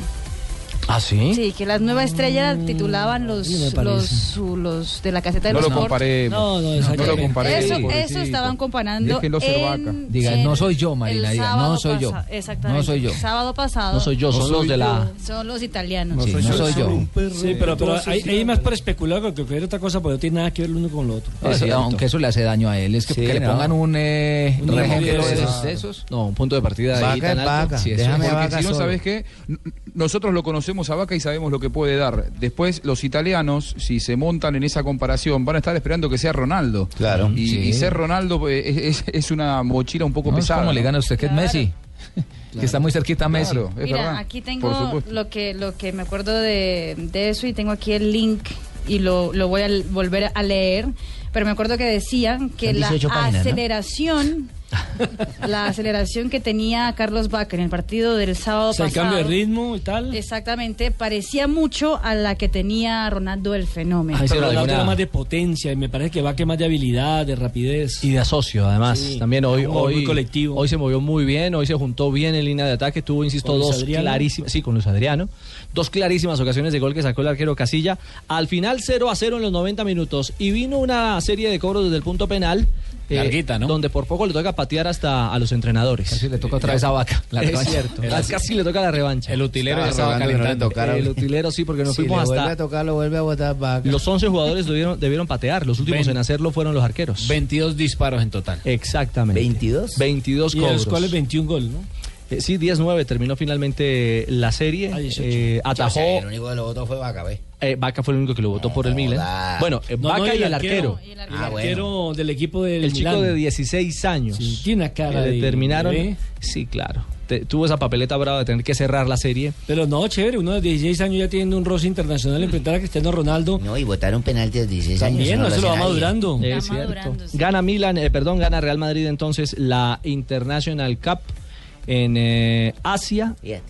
Speaker 6: ¿Ah, sí?
Speaker 24: Sí, que las nuevas estrellas titulaban los,
Speaker 6: sí me parece.
Speaker 24: los, su- los de la caseta de
Speaker 6: No
Speaker 24: los
Speaker 6: lo
Speaker 24: Sport.
Speaker 6: comparemos. No, no, exactamente.
Speaker 24: Eso-
Speaker 6: comparemos,
Speaker 24: Eso,
Speaker 6: pobrecito.
Speaker 24: estaban comparando.
Speaker 6: Déjenlo ser
Speaker 24: en-
Speaker 6: vaca.
Speaker 9: Diga,
Speaker 24: en
Speaker 9: no soy yo,
Speaker 24: el
Speaker 9: Marina. Diga,
Speaker 24: sábado
Speaker 9: no soy yo.
Speaker 24: pasa- Exactamente.
Speaker 9: No soy yo.
Speaker 24: El sábado pasado.
Speaker 9: No soy yo, son los de la.
Speaker 24: Son los italianos.
Speaker 9: Sí, no soy yo.
Speaker 10: Sí, pero, pero hay, hay más para especular que cualquier otra cosa, porque no tiene nada que ver el uno con lo otro.
Speaker 6: Ah,
Speaker 9: Eso, aunque eso le hace daño a él, es que,
Speaker 10: Ah, Sí,
Speaker 9: que le
Speaker 10: no.
Speaker 9: pongan un, eh,
Speaker 10: Un
Speaker 9: remoquero
Speaker 10: remoquero
Speaker 9: de
Speaker 10: de
Speaker 9: esos.
Speaker 18: esos.
Speaker 9: No, un punto de partida de ahí tan alto. Sí, eso.
Speaker 18: Porque si no, ¿sabes qué? N- Nosotros lo conocemos a Vaca y sabemos lo que puede dar. Después, los italianos, si se montan en esa comparación, van a estar esperando que sea Ronaldo. Claro. Y,
Speaker 9: Sí.
Speaker 18: y ser Ronaldo eh, es, es- es una mochila un poco
Speaker 9: No, es
Speaker 18: pesada.
Speaker 9: como le
Speaker 18: ¿no?
Speaker 9: gana usted que es Messi, que está muy cerquita a Messi.
Speaker 18: Claro, es
Speaker 24: Mira,
Speaker 18: verdad.
Speaker 24: aquí
Speaker 18: Por
Speaker 24: tengo
Speaker 18: supuesto.
Speaker 24: lo que, lo que me acuerdo de, de eso y tengo aquí el link y lo, lo voy a l- volver a leer. Pero me acuerdo que decían que
Speaker 19: Son
Speaker 24: la
Speaker 19: 18 páginas, ¿no?
Speaker 24: aceleración, la aceleración que tenía Carlos Bach en el partido del sábado
Speaker 10: O sea, el
Speaker 24: pasado.
Speaker 10: cambio de ritmo y tal.
Speaker 24: Exactamente, parecía mucho a la que tenía Ronaldo el fenómeno.
Speaker 10: Pero Ronaldo
Speaker 6: alguna-
Speaker 10: Ah, era más de potencia y me parece que va que más de habilidad, de rapidez.
Speaker 6: Y de asocio, además.
Speaker 10: Sí.
Speaker 6: También hoy,
Speaker 10: Un jugador
Speaker 6: hoy,
Speaker 10: muy colectivo.
Speaker 6: hoy se movió muy bien, hoy se juntó bien en línea de ataque. Tuvo, insisto,
Speaker 10: Con Luis
Speaker 6: dos
Speaker 10: Adriano.
Speaker 6: clarísimas. Sí, con Luis Adriano. Dos clarísimas ocasiones de gol que sacó el arquero Casilla. Al final, 0 a 0 en los 90 minutos. Y vino una serie de cobros desde el punto penal. eh,
Speaker 25: Larguita, ¿no?
Speaker 6: Donde por poco le toca patear hasta a los entrenadores. Casi le toca
Speaker 25: otra vez a Vaca, la
Speaker 6: es
Speaker 25: revancha.
Speaker 6: cierto.
Speaker 25: El-
Speaker 6: casi le toca la revancha. El
Speaker 25: utilero Estaba ya estaba rogando que no le calentando. tocara.
Speaker 6: el utilero sí, porque nos
Speaker 19: si
Speaker 6: fuimos
Speaker 19: le vuelve
Speaker 6: hasta
Speaker 19: a tocar, lo vuelve a botar vaca.
Speaker 6: los 11 jugadores debieron, debieron patear, los últimos
Speaker 25: Ven-
Speaker 6: en hacerlo fueron los arqueros.
Speaker 25: 22 disparos en total.
Speaker 6: Exactamente. 22. 22
Speaker 25: Y de los
Speaker 6: cobros. Eh,
Speaker 25: cuales
Speaker 10: 21 gol, ¿no?
Speaker 6: sí, 19 terminó finalmente la serie. Eh, atajó.
Speaker 19: El único que lo votó fue vaca, ¿ves?
Speaker 6: eh, Vaca fue el único que lo votó por el Milan. Bueno, eh,
Speaker 10: No, no,
Speaker 6: Vaca y, el, arquero. eh,
Speaker 10: arquero.
Speaker 19: Ah,
Speaker 10: El arquero del equipo del
Speaker 6: Ah, El chico
Speaker 10: Milán.
Speaker 6: de 16 años. Eh,
Speaker 10: Sí, tiene una cara
Speaker 6: que
Speaker 10: de
Speaker 6: determinaron.
Speaker 10: bebé.
Speaker 6: Sí, claro. Te- tuvo esa papeleta brava de tener que cerrar la serie. Mm.
Speaker 10: Pero no, chévere, uno de 16 años ya tiene un roce internacional enfrentar a Cristiano Ronaldo.
Speaker 19: No, y votaron penalti a 16
Speaker 10: años. También,
Speaker 19: años,
Speaker 10: no,
Speaker 19: eso no lo
Speaker 10: eso lo va
Speaker 19: hace nadie.
Speaker 10: madurando.
Speaker 6: Es cierto. Gana Milan, eh, perdón, gana Real Madrid entonces la International Cup en eh, Asia.
Speaker 19: Fíjate,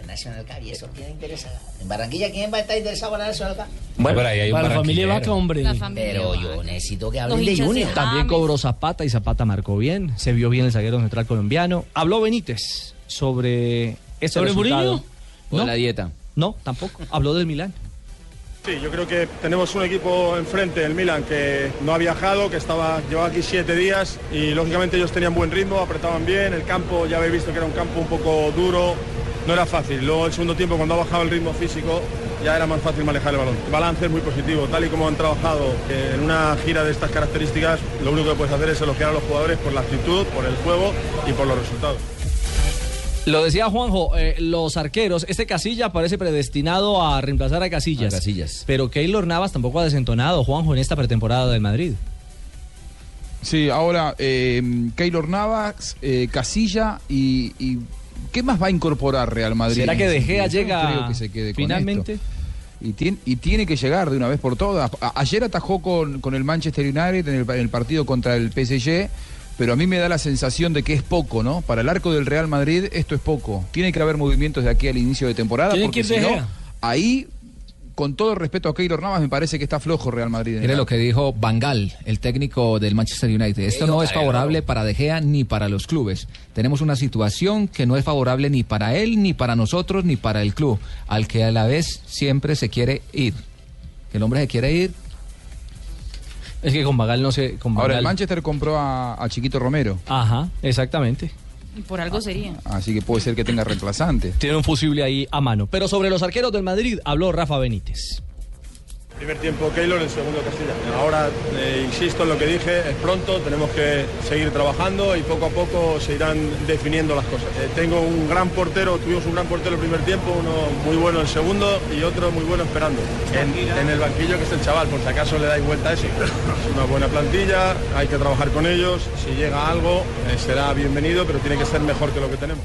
Speaker 19: el Nacional Cup, y eso quién interesa. En Barranquilla, ¿quién va a estar interesado en el Nacional Cup?
Speaker 6: Bueno,
Speaker 10: para la familia Vaca, hombre.
Speaker 19: Pero yo necesito
Speaker 3: Eh,
Speaker 19: que hablen de Junior.
Speaker 6: También cobró Zapata y Zapata marcó bien. Se vio bien el zaguero central colombiano. Habló Benítez sobre este
Speaker 26: ¿Sobre
Speaker 6: resultado.
Speaker 26: Mourinho?
Speaker 6: ¿O la dieta? No, tampoco. Habló del Milán.
Speaker 26: Sí, yo creo que tenemos un equipo enfrente, el Milan, que no ha viajado, que estaba, llevaba aquí siete días y lógicamente ellos tenían buen ritmo, apretaban bien, el campo ya habéis visto que era un campo un poco duro, no era fácil. Luego el segundo tiempo cuando ha bajado el ritmo físico ya era más fácil manejar el balón. El balance es muy positivo, tal y como han trabajado que en una gira de estas características lo único que puedes hacer es elogiar a los jugadores por la actitud, por el juego y por los resultados.
Speaker 6: Lo decía Juanjo, eh, los arqueros, este Casilla parece predestinado a reemplazar a Casillas.
Speaker 9: A Casillas.
Speaker 6: Pero Keylor Navas tampoco ha desentonado, Juanjo, en esta pretemporada del Madrid.
Speaker 18: Sí, ahora eh, Keylor Navas, eh, Casilla y, y ¿Qué más va a incorporar Real Madrid?
Speaker 6: ¿Será que De Gea
Speaker 18: Yo no
Speaker 6: llega
Speaker 18: creo que se quede con
Speaker 6: finalmente?
Speaker 18: esto. Y tiene, y tiene que llegar de una vez por todas. A- ayer atajó con, con el Manchester United en el, en el partido contra el PSG, pero a mí me da la sensación de que es poco, ¿no? Para el arco del Real Madrid esto es poco. Tiene que haber movimientos de aquí al inicio de temporada,
Speaker 10: Tiene
Speaker 18: porque
Speaker 10: que ir
Speaker 18: si
Speaker 10: De
Speaker 18: no,
Speaker 10: Gea.
Speaker 18: ahí, con todo respeto a Keylor Navas, me parece que está flojo Real Madrid. en el
Speaker 9: Mire lo
Speaker 18: arco.
Speaker 9: que dijo Bangal, el técnico del Manchester United. Esto no es favorable para De Gea ni para los clubes. Tenemos una situación que no es favorable ni para él, ni para nosotros, ni para el club, al que a la vez siempre se quiere ir. Que el hombre se quiere ir.
Speaker 6: Es que con Bagal no sé. Con
Speaker 18: Ahora,
Speaker 6: Bangal-
Speaker 18: el Manchester compró a, a Chiquito Romero,
Speaker 6: Ajá, exactamente.
Speaker 24: Y por
Speaker 10: Ah,
Speaker 24: algo sería.
Speaker 18: así que puede ser que tenga reemplazante.
Speaker 6: Tiene un fusible ahí a mano. Pero sobre los arqueros del Madrid habló Rafa Benítez.
Speaker 26: Primer tiempo Keylor, el segundo Castilla. Ahora, eh, insisto en lo que dije, es pronto, tenemos que seguir trabajando y poco a poco se irán definiendo las cosas. Eh, tengo un gran portero, tuvimos un gran portero el primer tiempo, uno muy bueno el segundo y otro muy bueno esperando. En, en el banquillo que es el chaval, por si acaso le dais vuelta a ese. Es una buena plantilla, hay que trabajar con ellos, si llega algo eh, será bienvenido, pero tiene que ser mejor que lo que tenemos.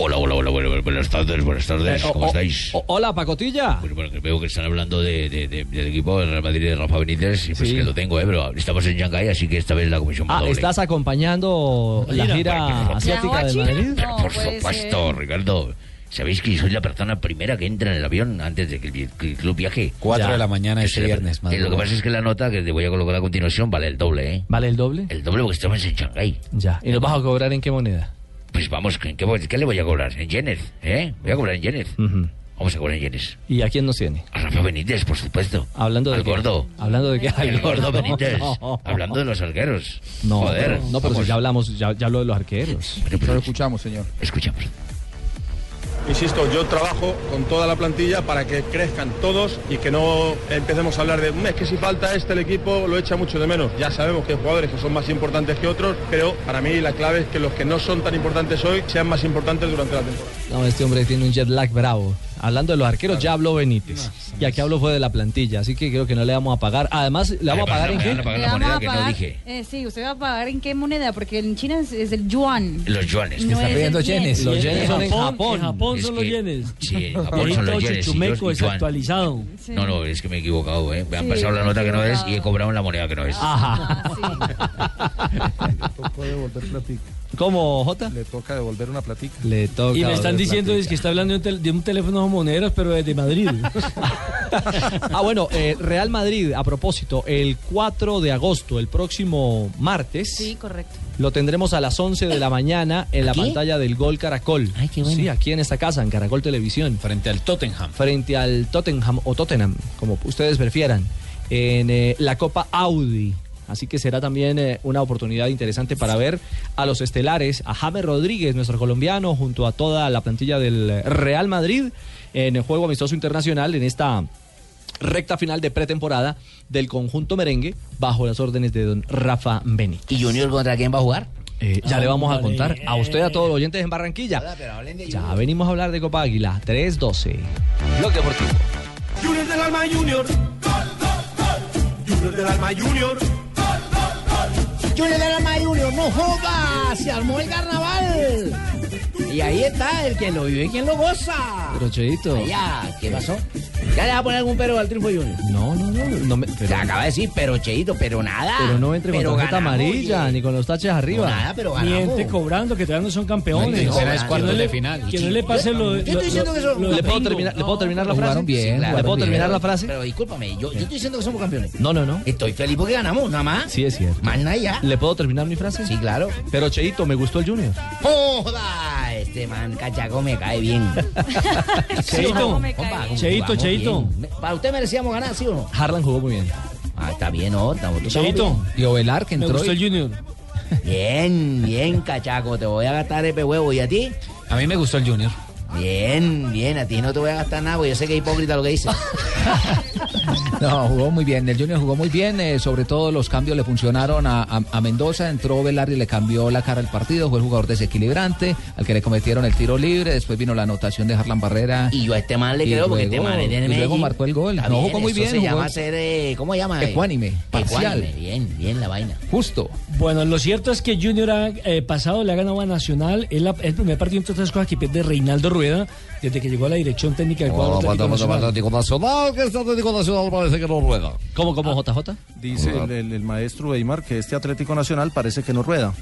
Speaker 3: Hola, hola, hola, buenas, buenas tardes, buenas tardes,
Speaker 6: Eh, o-
Speaker 10: oh,
Speaker 3: ¿cómo
Speaker 6: o-
Speaker 3: estáis?
Speaker 6: o- hola, Pacotilla.
Speaker 3: Bueno, bueno, que veo que están hablando de, de- de- del equipo del Real Madrid de Rafa Benítez, y pues que lo tengo, ¿eh? Pero estamos en Shanghái, así que esta vez la comisión va
Speaker 6: Ah,
Speaker 3: doble.
Speaker 6: ¿estás acompañando la gira asiática de Madrid?
Speaker 3: Pero por supuesto, Ricardo. ¿Sabéis que soy la persona primera que entra en el avión antes de que el, vi- que el club viaje?
Speaker 9: Cuatro Ya. de la mañana
Speaker 3: Yo
Speaker 9: este
Speaker 3: soy la-
Speaker 9: viernes,
Speaker 3: eh, Lo que
Speaker 9: madrugada.
Speaker 3: pasa es que la nota que te voy a colocar a continuación vale el doble, ¿eh?
Speaker 6: ¿Vale el doble?
Speaker 3: El doble porque estamos en Shanghái.
Speaker 6: Ya. ¿Y nos vas a cobrar en qué moneda?
Speaker 3: Pues vamos, ¿en ¿qué, voy- qué le voy a cobrar? ¿En yenes? ¿Eh? Voy a cobrar en yenes.
Speaker 6: Ujú.
Speaker 3: Vamos a cobrar en yenes.
Speaker 6: ¿Y a quién nos tiene?
Speaker 3: A Rafa Benítez, por supuesto.
Speaker 6: Hablando de
Speaker 3: Al
Speaker 6: qué?
Speaker 3: gordo.
Speaker 6: Hablando de qué? Ay,
Speaker 3: El gordo
Speaker 6: no,
Speaker 3: Benítez.
Speaker 6: no.
Speaker 3: Hablando de los arqueros.
Speaker 6: No,
Speaker 3: Joder.
Speaker 6: no, pero si ya hablamos, ya, ya habló de los arqueros.
Speaker 3: No lo
Speaker 27: escuchamos, señor.
Speaker 3: Escuchamos.
Speaker 26: Insisto, yo trabajo con toda la plantilla para que crezcan todos y que no empecemos a hablar de "Mm, es que si falta este el equipo lo echa mucho de menos. Ya sabemos que hay jugadores que son más importantes que otros, pero para mí la clave es que los que no son tan importantes hoy sean más importantes durante la temporada.
Speaker 6: No, este hombre tiene un jet lag bravo. Hablando de los arqueros, ya habló Benítez. y aquí habló fue de la plantilla, así que creo que no le vamos a pagar. Además, ¿le vamos a pagar en qué?
Speaker 3: pagar
Speaker 24: Le vamos a pagar- eh, sí, usted va a pagar en qué moneda, porque en China es, es el yuan.
Speaker 3: Los yuanes.
Speaker 24: No Está es pidiendo el yen. yenes.
Speaker 6: Los yenes son en
Speaker 10: Japón,
Speaker 6: Japón.
Speaker 10: en Japón son los yenes.
Speaker 3: Sí, en
Speaker 10: Y
Speaker 3: Japón
Speaker 10: ahí
Speaker 3: son los
Speaker 10: todo
Speaker 3: yenes. y
Speaker 10: chuchumeco
Speaker 3: yo- y yuan.
Speaker 10: desactualizado.
Speaker 3: No, no, es que me he equivocado, ¿eh? Me han
Speaker 10: Sí,
Speaker 3: pasado la
Speaker 10: me he
Speaker 3: nota que no es
Speaker 10: equivocado.
Speaker 3: y he cobrado en la moneda que no es.
Speaker 8: Tocó devolver platica.
Speaker 6: ¿Cómo, Jota?
Speaker 8: Le toca devolver una platica.
Speaker 6: Le
Speaker 10: Y
Speaker 6: toca.
Speaker 10: me están
Speaker 6: devolver
Speaker 10: diciendo es que está hablando de un, tel- de un teléfono moneros, pero desde Madrid.
Speaker 6: Ah, bueno, eh, Real Madrid, a propósito, el 4 de agosto, el próximo martes,
Speaker 24: Sí, correcto.
Speaker 6: lo tendremos a las 11 de la mañana en la
Speaker 24: ¿Aquí?
Speaker 6: pantalla del Gol Caracol.
Speaker 24: bueno.
Speaker 6: Sí, aquí en esta casa, en Caracol Televisión.
Speaker 28: Frente al Tottenham.
Speaker 6: Frente al Tottenham o Tottenham, como ustedes prefieran, en eh, la Copa Audi. Así que será también eh, una oportunidad interesante para ver a los estelares, a James Rodríguez, nuestro colombiano, junto a toda la plantilla del Real Madrid en el juego amistoso internacional en esta recta final de pretemporada del conjunto merengue bajo las órdenes de don Rafa Benítez. Eh,
Speaker 29: ¿Y Junior contra quién va a jugar?
Speaker 6: ya le vamos a
Speaker 29: Hombre.
Speaker 6: contar a usted, a todos los oyentes en Barranquilla. ya venimos a hablar de Copa Águila, 3-12. Blog Deportivo.
Speaker 30: Junior del Alma Junior. Junior del Alma Junior.
Speaker 12: Junior de la May Junior, no joda, se armó el carnaval. Y ahí está, el que lo vive y quien lo goza.
Speaker 6: Pero Cheito.
Speaker 12: Ya, ¿qué pasó? ¿Ya le va a poner algún pero al triunfo Junior?
Speaker 6: No, no, no. no me, pero,
Speaker 29: acaba de decir, pero cheito, pero nada.
Speaker 6: pero no entre con
Speaker 29: Pero
Speaker 6: tarjeta
Speaker 29: ganamos,
Speaker 6: amarilla ni con los taches arriba.
Speaker 10: Miente cobrando, que todavía no son campeones.
Speaker 6: No, y tercera es
Speaker 10: Que
Speaker 6: cuartos
Speaker 10: no le-
Speaker 6: de final.
Speaker 10: Que no le pase lo
Speaker 6: Yo estoy diciendo que son ¿Le puedo campeones. terminar- le puedo terminar la
Speaker 29: Jugaron
Speaker 6: frase?
Speaker 29: bien,
Speaker 6: Sí, claro.
Speaker 29: jugaron
Speaker 6: ¿Le puedo
Speaker 29: bien.
Speaker 6: terminar la
Speaker 29: Pero-
Speaker 6: frase?
Speaker 29: Pero discúlpame, yo, yo estoy diciendo que somos campeones.
Speaker 6: No, no, no.
Speaker 29: Estoy feliz porque ganamos, nada más.
Speaker 6: Sí, es cierto.
Speaker 29: Más nada ya.
Speaker 6: ¿Le puedo terminar mi frase? Sí,
Speaker 29: claro.
Speaker 6: Pero Cheito, me gustó el Junior.
Speaker 29: ¡Joda! Este man cachaco me cae bien.
Speaker 6: Cheito,
Speaker 3: Ah,
Speaker 29: Compa, como
Speaker 6: Cheito,
Speaker 29: jugamos
Speaker 6: Cheito.
Speaker 29: bien. Me- Para usted merecíamos ganar, ¿sí o no?
Speaker 6: Harlan jugó muy bien.
Speaker 29: Ah, está bien, ¿no? Estamos- estamos bien.
Speaker 9: Y Ovelar que
Speaker 29: Me
Speaker 9: entró.
Speaker 29: gustó
Speaker 9: y-
Speaker 29: el Bien, bien, cachaco. Te voy a gastar el huevo. ¿Y a ti?
Speaker 9: A mí me gustó el Junior.
Speaker 29: Bien, bien. A ti no te voy a gastar nada, porque yo sé que es hipócrita lo que dices.
Speaker 9: No, jugó muy bien. El Junior jugó muy bien. eh, sobre todo los cambios le funcionaron a, a- a Mendoza. Entró Velarde y le cambió la cara al partido. Fue el jugador desequilibrante al que le cometieron el tiro libre. Después vino la anotación de Harlan Barrera.
Speaker 29: Y yo a este man le
Speaker 9: Y
Speaker 29: creo, porque
Speaker 9: luego-
Speaker 29: este man es de
Speaker 9: Y luego
Speaker 29: Medellín.
Speaker 9: marcó el gol.
Speaker 29: Está
Speaker 9: No,
Speaker 29: bien,
Speaker 9: jugó muy
Speaker 29: eso
Speaker 9: bien.
Speaker 29: Se
Speaker 9: jugó-
Speaker 29: llama ser, eh, ¿cómo se llama?
Speaker 9: Ecuánime, parcial.
Speaker 29: Ecuánime, bien, bien la vaina.
Speaker 9: Justo.
Speaker 10: Bueno, lo cierto es que Junior ha eh, pasado, le ha ganado a Nacional. Es la- el primer partido, entre otras cosas, que pierde Reinaldo Rueda desde que llegó a la dirección técnica
Speaker 6: Oh,
Speaker 10: del cuadro Atlético Nacional.
Speaker 2: Nacional, que este Atlético Nacional parece que no rueda.
Speaker 6: ¿Cómo, cómo, JJ?
Speaker 8: Dice el, el- el maestro Weimar que este Atlético Nacional parece que no rueda.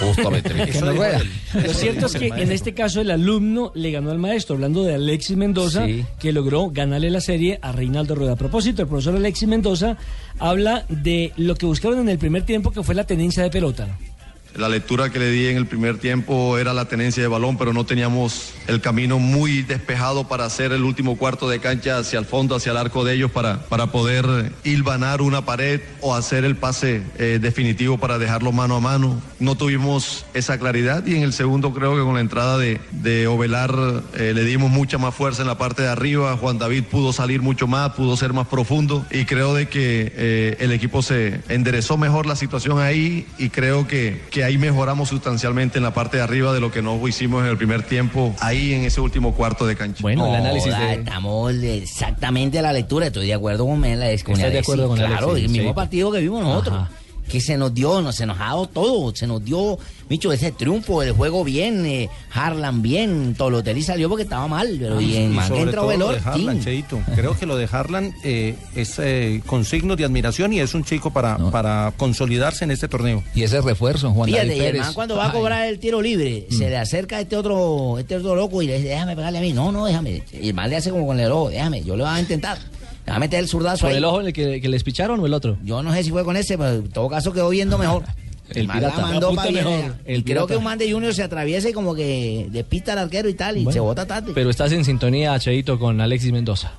Speaker 2: Justamente.
Speaker 8: Eso dijo él.
Speaker 10: Lo cierto es que en este caso el alumno le ganó al maestro, hablando de Alexis Mendoza, que logró ganarle la serie a Reinaldo Rueda. A propósito, el profesor Alexis Mendoza habla de lo que buscaron en el primer tiempo, que fue la tenencia de pelota.
Speaker 31: La lectura que le di en el primer tiempo era la tenencia de balón, pero no teníamos el camino muy despejado para hacer el último cuarto de cancha hacia el fondo, hacia el arco de ellos, para, para poder hilvanar una pared o hacer el pase eh, definitivo para dejarlo mano a mano. No tuvimos esa claridad y en el segundo creo que con la entrada de, de Ovelar eh, le dimos mucha más fuerza en la parte de arriba. Juan David pudo salir mucho más, pudo ser más profundo y creo de que eh, el equipo se enderezó mejor la situación ahí y creo que, que ahí mejoramos sustancialmente en la parte de arriba de lo que no hicimos en el primer tiempo, ahí en ese último cuarto de cancha.
Speaker 6: Bueno,
Speaker 29: Joda, Estamos de- exactamente a la lectura. Estoy de acuerdo con Mela. Es con
Speaker 31: ¿Estás de
Speaker 29: Alexis,
Speaker 31: acuerdo con
Speaker 29: Claro,
Speaker 31: Alexis?
Speaker 29: el mismo
Speaker 31: Sí.
Speaker 29: partido que vimos nosotros.
Speaker 3: que se nos dio, nos, se nos ha dado todo, se nos dio, Micho, ese triunfo, el juego bien, eh, Harlan bien, Toloteli salió porque estaba mal,
Speaker 6: Ah,
Speaker 3: pero bien,
Speaker 8: Y
Speaker 3: man,
Speaker 8: sobre
Speaker 3: entró
Speaker 8: todo lo de
Speaker 3: Velor,
Speaker 8: Harlan, Cheito. Creo que lo de Harlan eh, es eh, con signos de admiración y es un chico para, para consolidarse en este torneo.
Speaker 32: Y ese refuerzo, Juan
Speaker 3: Fíjate, y el man cuando va a cobrar el tiro libre, se
Speaker 6: Mm.
Speaker 3: le acerca este otro, este otro loco y le dice, déjame pegarle a mí. No, no, déjame. Y el man le hace como con el ojo, déjame, yo le voy a intentar. Le va a meter el zurdazo
Speaker 6: ¿Con
Speaker 3: ahí.
Speaker 6: el ojo en el que, que les picharon o el otro?
Speaker 3: Yo no sé si fue con ese, pero en todo caso quedó viendo mejor.
Speaker 6: El
Speaker 3: man la
Speaker 6: pirata.
Speaker 3: mandó
Speaker 6: Apunta
Speaker 3: pa' bien,
Speaker 6: mejor,
Speaker 3: vea.
Speaker 6: el
Speaker 3: Y creo
Speaker 6: pirata.
Speaker 3: que un man de Junior se atraviesa y como que despista al arquero y tal, y se bota tarde.
Speaker 6: Pero estás en sintonía, Cheito, con Alexis Mendoza.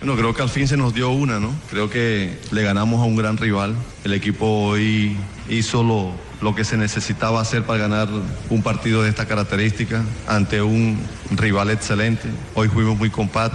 Speaker 31: Bueno, creo que al fin se nos dio una, ¿no? Creo que le ganamos a un gran rival. El equipo hoy hizo lo, lo que se necesitaba hacer para ganar un partido de esta característica ante un rival excelente. Hoy fuimos muy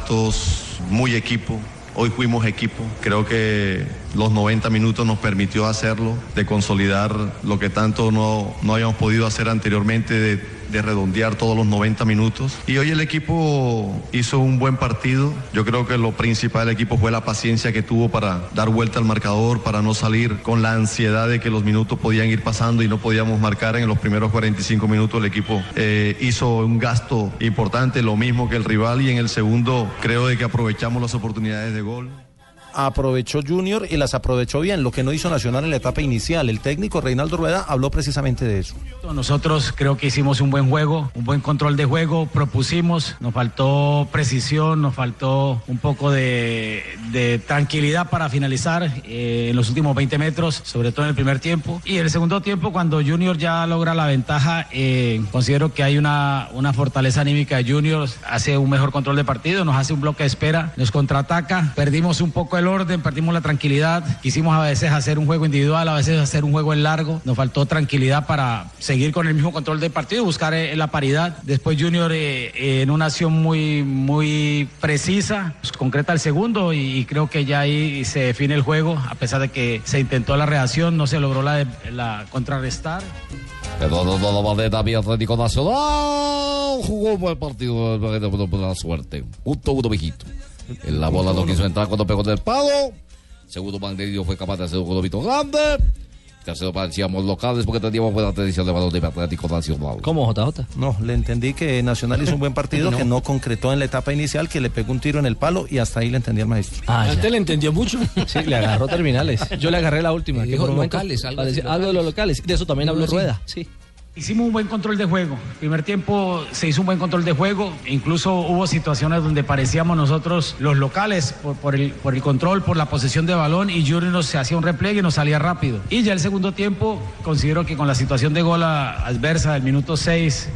Speaker 31: compactos, muy equipo. Hoy fuimos equipo. Creo que los 90 minutos nos permitió hacerlo, de consolidar lo que tanto no, no habíamos podido hacer anteriormente, de, de redondear todos los 90 minutos. Y hoy el equipo hizo un buen partido. Yo creo que lo principal del equipo fue la paciencia que tuvo para dar vuelta al marcador, para no salir con la ansiedad de que los minutos podían ir pasando y no podíamos marcar en los primeros 45 minutos. El equipo eh, hizo un gasto importante, lo mismo que el rival, y en el segundo creo de que aprovechamos las oportunidades de gol.
Speaker 8: aprovechó Junior y las aprovechó bien, lo que no hizo Nacional en la etapa inicial. El técnico Reinaldo Rueda habló precisamente de eso.
Speaker 15: Nosotros creo que hicimos un buen juego, un buen control de juego, propusimos, nos faltó precisión, nos faltó un poco de, de tranquilidad para finalizar eh, en los últimos 20 metros, sobre todo en el primer tiempo. Y en el segundo tiempo, cuando Junior ya logra la ventaja, eh, considero que hay una, una fortaleza anímica de Junior, hace un mejor control de partido, nos hace un bloque de espera, nos contraataca, perdimos un poco el orden, perdimos la tranquilidad, quisimos a veces hacer un juego individual, a veces hacer un juego en largo, nos faltó tranquilidad para seguir con el mismo control del partido, buscar eh, la paridad. Después Junior eh, eh, en una acción muy, muy precisa, pues, concreta el segundo y, y creo que ya ahí se define el juego, a pesar de que se intentó la reacción, no se logró la, de- la contrarrestar.
Speaker 2: Pero no, no, no, de David Atlético Nacional jugó un buen partido, pero por la suerte. Punto uno, viejito. En la bola no quiso entrar cuando pegó en el palo. Segundo, Magnerio fue capaz de hacer un globito grande. Tercero, parecíamos locales porque teníamos buena tradición de balón de Atlético Nacional.
Speaker 6: ¿Cómo, JJ?
Speaker 8: No, le entendí que Nacional hizo un buen partido, que no concretó en la etapa inicial, que le pegó un tiro en el palo y hasta ahí le entendí al maestro.
Speaker 6: Ah, Usted le entendió mucho. Sí, le agarró terminales. Pues, Yo le agarré la última. que
Speaker 15: dijo
Speaker 6: por un momento
Speaker 15: locales, algo
Speaker 6: parecía-
Speaker 15: así,
Speaker 6: algo de los locales. De eso también habló
Speaker 15: Algo así.
Speaker 6: Rueda. Sí.
Speaker 15: Hicimos un buen control de juego. Primer tiempo se hizo un buen control de juego. Incluso hubo situaciones donde parecíamos nosotros los locales por, por el, por el control, por la posesión de balón y Yuri nos hacía un repliegue y nos salía rápido. Y ya el segundo tiempo considero que con la situación de gol a- adversa del minuto 6,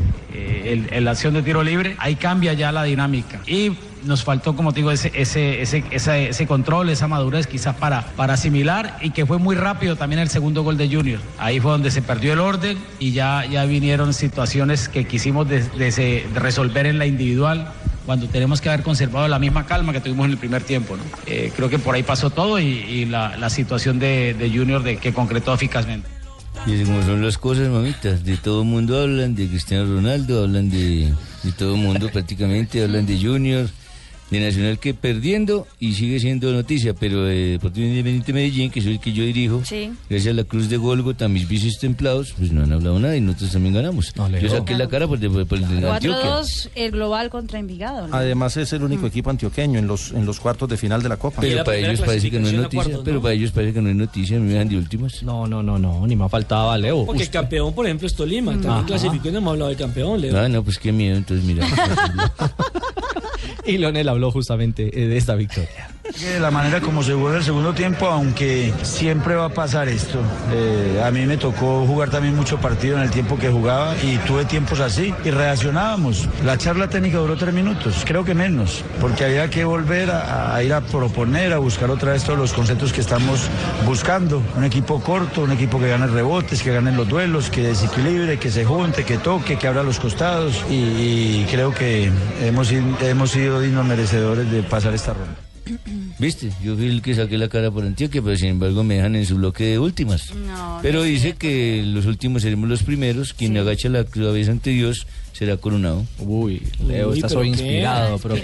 Speaker 15: la acción de tiro libre, ahí cambia ya la dinámica. Y nos faltó, como te digo, ese, ese, ese, esa- ese control, esa madurez quizás para, para asimilar y que fue muy rápido también el segundo gol de Junior. Ahí fue donde se perdió el orden y ya, ya vinieron situaciones que quisimos de- de se- de resolver en la individual cuando tenemos que haber conservado la misma calma que tuvimos en el primer tiempo. ¿no? Eh, creo que por ahí pasó todo y, y la, la situación de, de Junior de, que concretó eficazmente.
Speaker 20: Y así como son las cosas, mamitas, de todo el mundo hablan, de Cristiano Ronaldo, hablan de, de todo el mundo prácticamente, hablan de Junior, de Nacional que perdiendo y sigue siendo noticia, pero eh, Partido Independiente de Medellín, que es el que yo dirijo,
Speaker 24: Sí.
Speaker 20: gracias a la Cruz de Gólgota, mis vicios templados, pues no han hablado nada y nosotros también ganamos. yo
Speaker 8: digo.
Speaker 20: saqué la cara por, por, por el de Antioquia.
Speaker 24: 4-2 el global contra Envigado. ¿no?
Speaker 8: Además es el único equipo antioqueño en los, en los cuartos de final de la Copa.
Speaker 20: Pero para ellos parece que no es noticia,
Speaker 8: cuartos,
Speaker 20: pero para ellos parece que no es noticia, me dejan de últimas.
Speaker 6: No, no, no, no, ni más faltaba, Leo.
Speaker 10: Porque el campeón, por ejemplo, es Tolima. También
Speaker 20: Ajá.
Speaker 10: clasificó y no hemos hablado del campeón, Leo.
Speaker 20: Ah, no, pues qué miedo, entonces mira.
Speaker 6: Y Leonel habló justamente eh, de esta victoria.
Speaker 33: Que la manera como se juega el segundo tiempo, aunque siempre va a pasar esto. Eh, a mí me tocó jugar también mucho partido en el tiempo que jugaba y tuve tiempos así y reaccionábamos. La charla técnica duró tres minutos, creo que menos, porque había que volver a, a ir a proponer, a buscar otra vez todos los conceptos que estamos buscando. Un equipo corto, un equipo que gane rebotes, que gane los duelos, que desequilibre, que se junte, que toque, que abra los costados y, y creo que hemos, in- hemos sido dignos merecedores de pasar esta ronda.
Speaker 20: ¿Viste? Yo fui el que saqué la cara por Antioquia, pero sin embargo me dejan en su bloque de últimas.
Speaker 24: No,
Speaker 20: pero dice que los últimos seremos los primeros. Quien agacha la cabeza ante Dios será coronado.
Speaker 6: Uy, Leo, estás hoy Ah, inspirado, profe.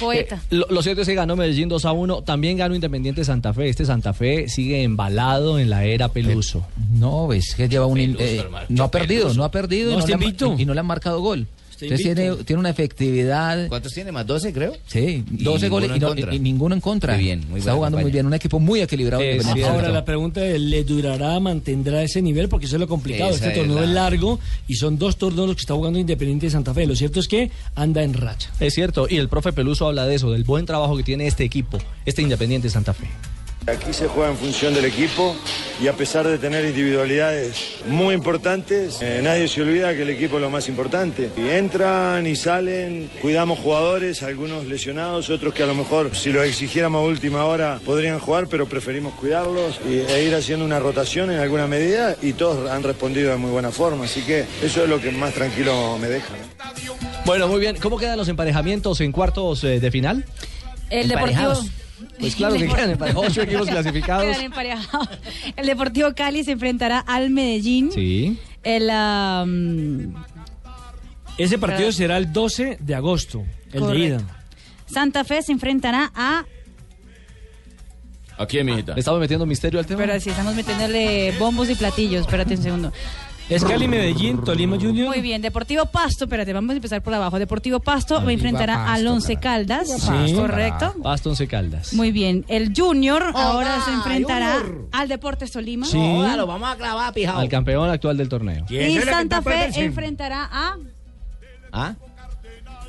Speaker 24: Poeta.
Speaker 6: Eh, lo, lo cierto es que ganó Medellín 2 a 1. También ganó Independiente Santa Fe. Este Santa Fe sigue embalado en la era Peluso.
Speaker 9: No, es que lleva un. eh, no ha perdido, no ha perdido y,
Speaker 6: No,
Speaker 9: no
Speaker 6: está
Speaker 9: le han-
Speaker 6: invicto.
Speaker 9: y no le han marcado gol. Entonces tiene, tiene una efectividad.
Speaker 3: ¿Cuántos tiene? ¿Más 12, creo?
Speaker 9: Sí,
Speaker 3: Y
Speaker 9: 12 goles
Speaker 3: ninguno
Speaker 9: y,
Speaker 3: en
Speaker 9: no-
Speaker 3: contra.
Speaker 9: y- y ninguno en contra.
Speaker 3: Muy bien, muy
Speaker 9: Está
Speaker 3: buena
Speaker 9: jugando muy
Speaker 3: campaña.
Speaker 9: bien, un equipo muy equilibrado.
Speaker 10: Es
Speaker 9: Independiente
Speaker 10: Ahora
Speaker 9: Santa Fe.
Speaker 10: la pregunta es, ¿le durará mantener ese nivel? Porque eso es lo complicado.
Speaker 9: Esa
Speaker 10: este
Speaker 9: es
Speaker 10: torneo
Speaker 9: la-
Speaker 10: es largo y son dos torneos los que está jugando Independiente de Santa Fe. Lo cierto es que anda en racha.
Speaker 6: Es cierto, y el profe Peluso habla de eso, del buen trabajo que tiene este equipo, este Independiente Santa Fe.
Speaker 34: Aquí se juega en función del equipo y a pesar de tener individualidades muy importantes, eh, nadie se olvida que el equipo es lo más importante. Y entran y salen, cuidamos jugadores, algunos lesionados, otros que a lo mejor si los exigiéramos a última hora podrían jugar, pero preferimos cuidarlos y- e ir haciendo una rotación en alguna medida y todos han respondido de muy buena forma, así que eso es lo que más tranquilo me deja. ¿no?
Speaker 6: Bueno, muy bien. ¿Cómo quedan los emparejamientos en cuartos eh, de final?
Speaker 24: El Deportivo.
Speaker 6: Pues claro que quedan emparejados, ocho equipos clasificados.
Speaker 24: Quedan emparejados. El Deportivo Cali se enfrentará al Medellín.
Speaker 6: Sí.
Speaker 24: El, ah, mm,
Speaker 10: Ese partido
Speaker 24: Claro.
Speaker 10: será el 12 de agosto, el de
Speaker 24: Correcto.
Speaker 10: ida.
Speaker 24: Santa Fe se enfrentará a.
Speaker 6: ¿A quién, mijita? Le estamos metiendo misterio al tema.
Speaker 24: Pero si estamos metiéndole bombos y platillos. Espérate un segundo.
Speaker 10: Es Cali, Medellín, Tolima Junior.
Speaker 24: Muy bien, Deportivo Pasto, espérate, vamos a empezar por abajo. Deportivo Pasto me enfrentará al Once Caldas, correcto.
Speaker 6: Pasto Once Caldas.
Speaker 24: Muy bien, el Junior ahora se enfrentará
Speaker 6: Junior.
Speaker 24: al Deportes Tolima.
Speaker 6: Sí. No, joda, lo
Speaker 24: vamos a clavar,
Speaker 6: Al campeón actual del torneo.
Speaker 24: Y Santa Fe enfrentará a
Speaker 6: ¿Ah?